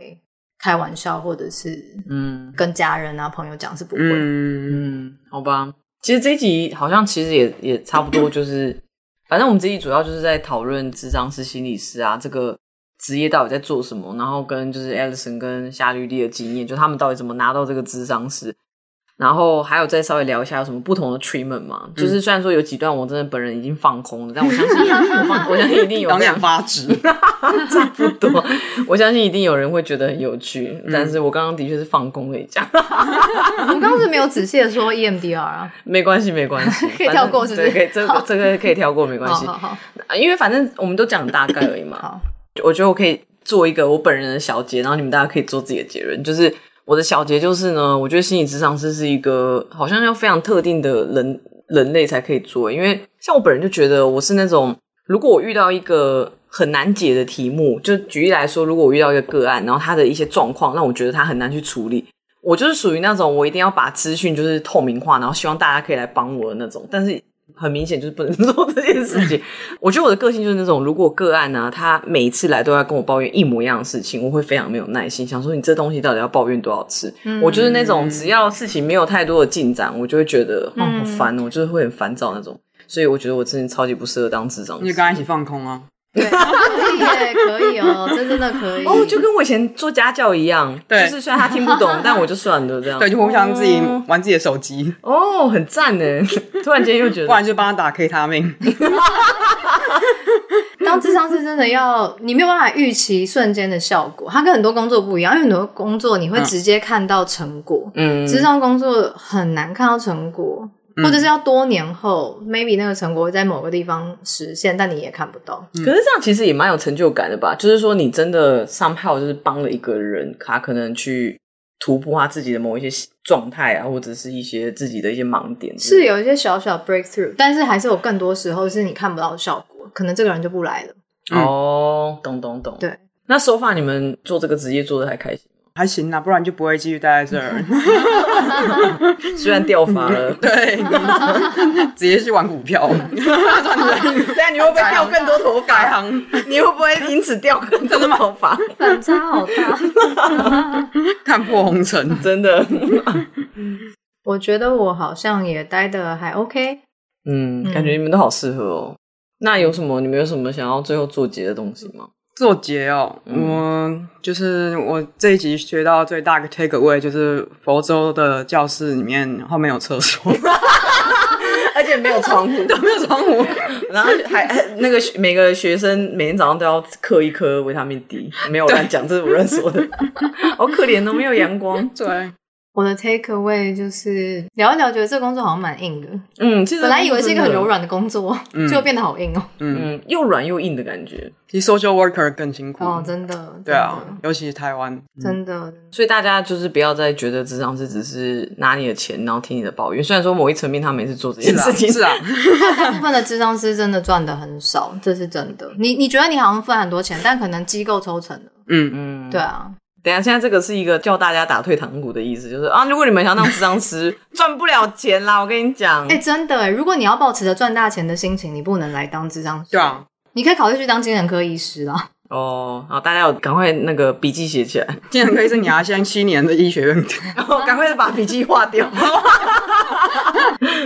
C: 开玩笑，或者是
A: 嗯
C: 跟家人啊朋友讲是不会。
B: 嗯，
A: 嗯，好吧。其实这一集好像其实也也差不多，就是反正我们这一集主要就是在讨论智商师、心理师啊这个职业到底在做什么，然后跟就是 Alison 跟夏绿蒂的经验，就他们到底怎么拿到这个智商师。然后还有再稍微聊一下有什么不同的 treatment 嘛？就是虽然说有几段我真的本人已经放空了，但我相信我放我相信一定有
B: 两
A: 非
B: 眼
A: 常
B: 发 直，
A: 差不多。我相信一定有人会觉得很有趣，但是我刚刚的确是放空了一下，
C: 我们刚刚是没有仔细的说 EMDR 啊，
A: 没关系，没关系，
C: 可以跳过是不是
A: 反正对，可以这
C: 好
A: 个这个可以跳过，没关
C: 好
A: 系，呃
C: 好好，
A: 因为反正我们都讲大概而已嘛。
C: 好，
A: 我觉得我可以做一个我本人的小结，然后你们大家可以做自己的结论。就是我的小结就是呢，我觉得心理咨商师是一个好像要非常特定的人人类才可以做，因为像我本人就觉得我是那种，如果我遇到一个很难解的题目，就举例来说，如果我遇到一个个案，然后他的一些状况让我觉得他很难去处理。我就是属于那种我一定要把资讯就是透明化，然后希望大家可以来帮我的那种，但是很明显就是不能做这件事情。我觉得我的个性就是那种，如果个案呢、啊，他每一次来都要跟我抱怨一模一样的事情，我会非常没有耐心，想说你这东西到底要抱怨多少次？
C: 嗯
A: 我就是那种只要事情没有太多的进展，我就会觉得哦
C: 嗯
A: 好烦哦，我就是会很烦躁那种。所以我觉得我真的超级不适合当智障
B: 你就
A: 师
B: 跟。他一起放空啊。
C: 对，哦可以耶，可以 哦，这真的可以。
A: 哦，就跟我以前做家教一 样，就
B: 对
A: 是虽然他听不 懂，但我就算了这样。
B: 对，就互相自己
A: 哦
B: 玩自己的手机，
A: 哦，很赞呢！突然间又觉
B: 不
A: 得
B: 然就帮他打 K 他命。
C: 当智商是真的要，你没有办法预期瞬间的效果。它跟很多工作不一样，因为很多工作你会直接看到成果，
A: 嗯，
C: 智商工作很难看到成果，或者是要多年后，maybe 那个成果会在某个地方实现，但你也看不到。
A: 可是这样其实也蛮有成就感的吧？就是说，你真的 somehow 就是帮了一个人，他可能去突破他自己的某一些状态啊，或者是一些自己的一些盲点。
C: 是有一些小小 breakthrough，但是还是有更多时候是你看不到的效果，可能这个人就不来了。
B: 嗯
A: 哦，懂懂懂。
C: 对，
A: 那手法你们做这个职业做的还开心，
B: 还行啦，不然就不会继续待在这 儿。，
A: 虽然掉发了
B: 对，直接去玩股 票，
A: 但你会不会掉更多头
B: 改
A: 发？
B: 行
A: 你会不会因此掉更 多头发？
C: 反差好大。
B: 看破红尘。
A: 真的，
C: 我觉得我好像也待的还 OK，
A: 嗯，感觉你们都好适合哦。那有什么？你们有什么想要最后做结的东西吗？
B: 做结哦，
C: 嗯
B: 我就是我这一集学到最大的 take away 就是佛州的教室里面后面有厕 所，
A: 而且没有窗 户，
B: 没有窗户，
A: 然后还还那个学每个学生每天早上都要嗑一颗维他命 D，没有乱讲，这是我乱说的， 好可怜哦，没有阳光。
B: 对，
C: 我的 take away 就是聊一聊，觉得这个工作好像蛮硬的。
A: 嗯，其实
C: 本来以为是一个很柔
A: 软，
C: 软的工作，
B: 嗯
C: 结果变得好硬哦。
A: 嗯，又软又硬的感觉。
B: 比 social worker 更辛苦。
C: 哦，真的，
B: 对啊，尤其是台湾，
C: 真的，真的，
A: 所以大家就是不要再觉得智商是只是拿你的钱，然后听你的抱怨。虽然说某一层面他们也是做这件
B: 是啊，
A: 事情，
B: 是啊，
C: 大部分的智商师真的赚的很少，这是真的。你你觉得你好像付了很多钱，但可能机构抽成的，
B: 嗯，
A: 嗯，
C: 对。啊，
A: 等一下，现在这个是一个叫大家打退堂鼓的意思，就是啊，如果你们想当智商师， 赚不了钱啦，我跟你讲。
C: 哎、真的哎，如果你要保持着赚大钱的心情，你不能来当智商师，
B: 对，啊，
C: 你可以考虑去当精神科医师啦。
A: 哦，好，大家有赶快那个笔记写起来。
B: 精神科医生你要先七年的医学院，
A: 然
C: 哦
A: 后赶快把笔记划掉。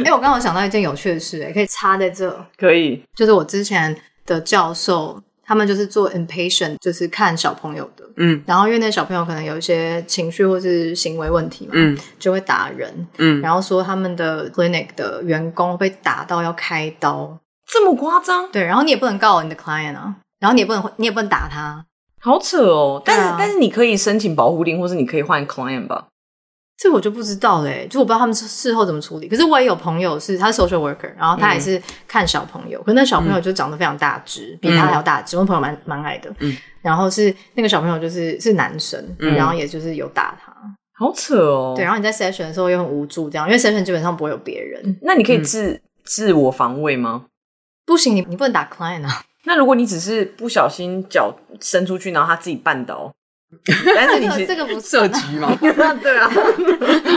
C: 哎、我刚好想到一件有趣的事，哎，可以插在这，
A: 可以，
C: 就是我之前的教授，他们就是做 inpatient，就是看小朋友的。
B: 嗯
C: 然后因为那小朋友可能有一些情绪或是行为问题嘛，
B: 嗯
C: 就会打人，
B: 嗯，
C: 然后说他们的 clinic 的员工被打到要开刀，
A: 这么夸张，
C: 对，然后你也不能告你的 client 啊，然后你也不能你也不能打他，
A: 好扯哦！但是、
C: 对啊
A: 但是你可以申请保护令，或是你可以换 client 吧？
C: 这我就不知道嘞、就我不知道他们事后怎么处理。可是我也有朋友是他是 social worker，然后他
B: 嗯
C: 也是看小朋友，可是那小朋友就长得非常大只，比他还要大只，我朋友蛮蛮矮的，
B: 嗯
C: 然后是那个小朋友就是是男生，
B: 嗯
C: 然后也就是有打他，
A: 好扯哦！
C: 对，然啊后你在 session 的时嗯候又很无助这样，因为 session 基本上不会有别人，
A: 那你可以自、自我防卫吗？
C: 不行，你你不能打 client 啊，
A: 那如果你只是不小心脚伸出去，然后他自己绊 倒，但是
C: 这
A: 你
C: 个
A: 其
C: 这
A: 实
C: 个 不
B: 射
C: 算啊。
B: 击 嘛，
A: 对啊，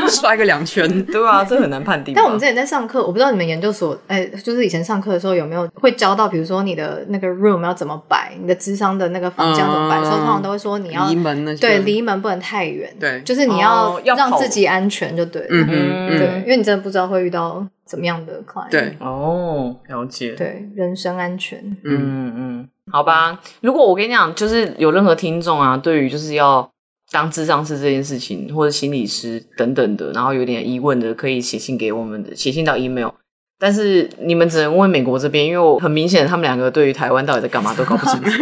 B: 摔个两圈。
A: 对啊，这很难判定吧。
C: 但我们之前在上课，我不知道你们研究所，哎，就是以前上课的时候有没有会教到，比如说你的那个 room 要怎么摆，你的智商的那个房间要怎么摆，
B: 嗯
C: 所以通常都会说你要
B: 移门那些，
C: 对离门不能太远，
B: 对
C: 就是你
A: 哦要
C: 让
A: 跑
C: 自己安全就对了，
B: 嗯
A: 嗯
B: 嗯
C: 对，
B: 嗯，
C: 因为你真的不知道会遇到怎么样的 client，
B: 对，
A: 哦，了解。
C: 对，人身安全，
B: 嗯，
A: 嗯嗯，好吧。如果我跟你讲，就是有任何听众啊，对于就是要当智商师这件事情，或者心理师等等的，然后有点疑问的，可以写信给我们的，写信到 email。但是你们只能问美国这边，因为我很明显，他们两个对于台湾到底在干嘛都搞不清楚，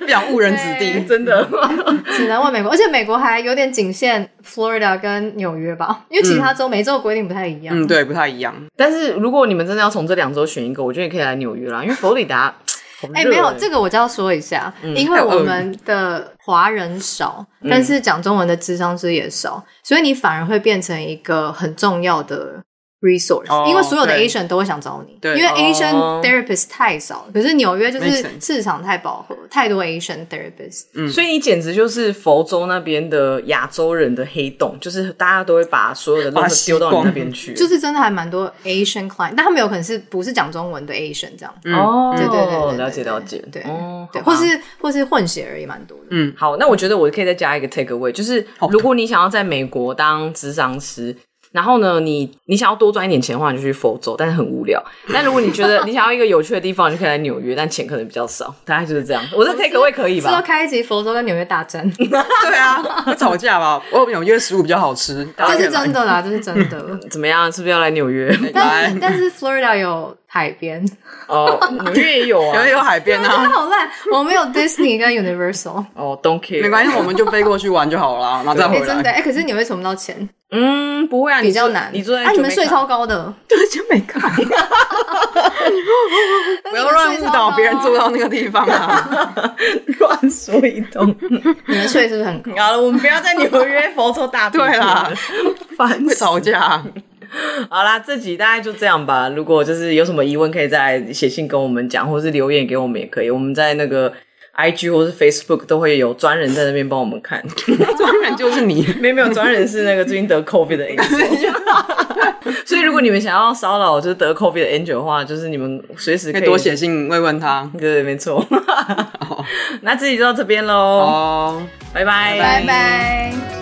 B: 不想误人子弟，
A: 真的。
C: 只能问美国，而且美国还有点仅限 Florida 跟纽约吧，因为其他州、每州的规定不太一样。
B: 嗯，对，不太一样。
A: 但是如果你们真的要从这两周选一个，我觉得你可以来纽约啦，因为佛罗里达，好
C: 哎、
A: 热
C: 没有
A: 欸嗯
C: 这个，我就要说一下，因为我们的华人少，但是讲中文的智商师也少，所以你反而会变成一个很重要的 resource，、
B: 哦
C: 因为所有的
B: 对
C: Asian 都会想找你，
B: 对
C: 因为
A: 哦
C: Asian therapist 太少了，可是纽约就
B: Makes
C: 是
B: sense
C: 市场太饱和，太多 Asian therapist，
A: 所以你简直就是佛州那边的亚洲人的黑洞，就是大家都会把所有的
B: 把
A: 垃
B: 它
A: 圾
B: 吸
A: 丢到你
B: 光
A: 那边去，
C: 就是真的还蛮多 Asian client，但他们有可能是不是讲中文的 Asian 这样，
B: 嗯
A: 哦，
C: 对对对对对
A: 了解了解，
C: 对
A: 哦，
C: 对，
A: 好吧
C: 或是或是混血儿也蛮多的，
B: 嗯，
A: 好，那我觉得我可以再加一个 take away，就是
B: 好的
A: 如果你想要在美国当智商师。然后呢，你你想要多赚一点钱的话，你就去佛州，但是很无聊。但如果你觉得你想要一个有趣的地方，你就可以来纽约，但钱可能比较少，大概就是这样。我的 take away 可以
C: 哦是要啊
A: 吧？
C: 开一集佛州跟纽约大战，这
B: 对啊，会吵架吧？我有约食物比较好吃，大家可以
C: 是
B: 来
C: 真的啦，这是真 的。
A: 怎么样？是不是要来纽约？
B: 来
C: 但，但是 Florida 有海 边，
A: 哦，纽约也 有啊
B: 有。有海边
C: 真的
B: 啊，
C: 好烂。 我们有 Disney 跟 Universal，
A: 哦，don't care，
B: 没关系，我们就飞过去玩就好了，然后再
C: 哎、
B: 回
C: 真的
B: 来。
C: 哎、可是你会存不到钱，
A: 嗯，不会啊，你
C: 比较
A: 坐
C: 难。
A: 你坐在
C: 啊，你们
A: Jamaica
C: 税超高的，
B: 对，就没看，不要乱误导别人住到那个地方啊！
A: 乱说 一通。
C: 你们税是不是 很高？
A: 好了，我们不要在纽约、佛州大比拼
B: 对啦
A: 了，烦
B: 会
A: 死。
B: 吵架，
A: 好啦，这集大概就这样吧。如果就是有什么疑问，可以再写信跟我们讲，或是留言给我们也可以。我们在那个 IG 或是 Facebook 都会有专人在那边帮我们看。
B: 当然就是你。
A: 没有没有，专人是那个最近得 COVID 的 Angel。所以如果你们想要骚扰就是得 COVID 的 Angel 的话，就是你们随时
B: 可
A: 可
B: 以
A: 以
B: 多。写信慰问他
A: 对，没错。那这集就到这边喽，
B: 哦。
A: 拜拜
C: 拜拜。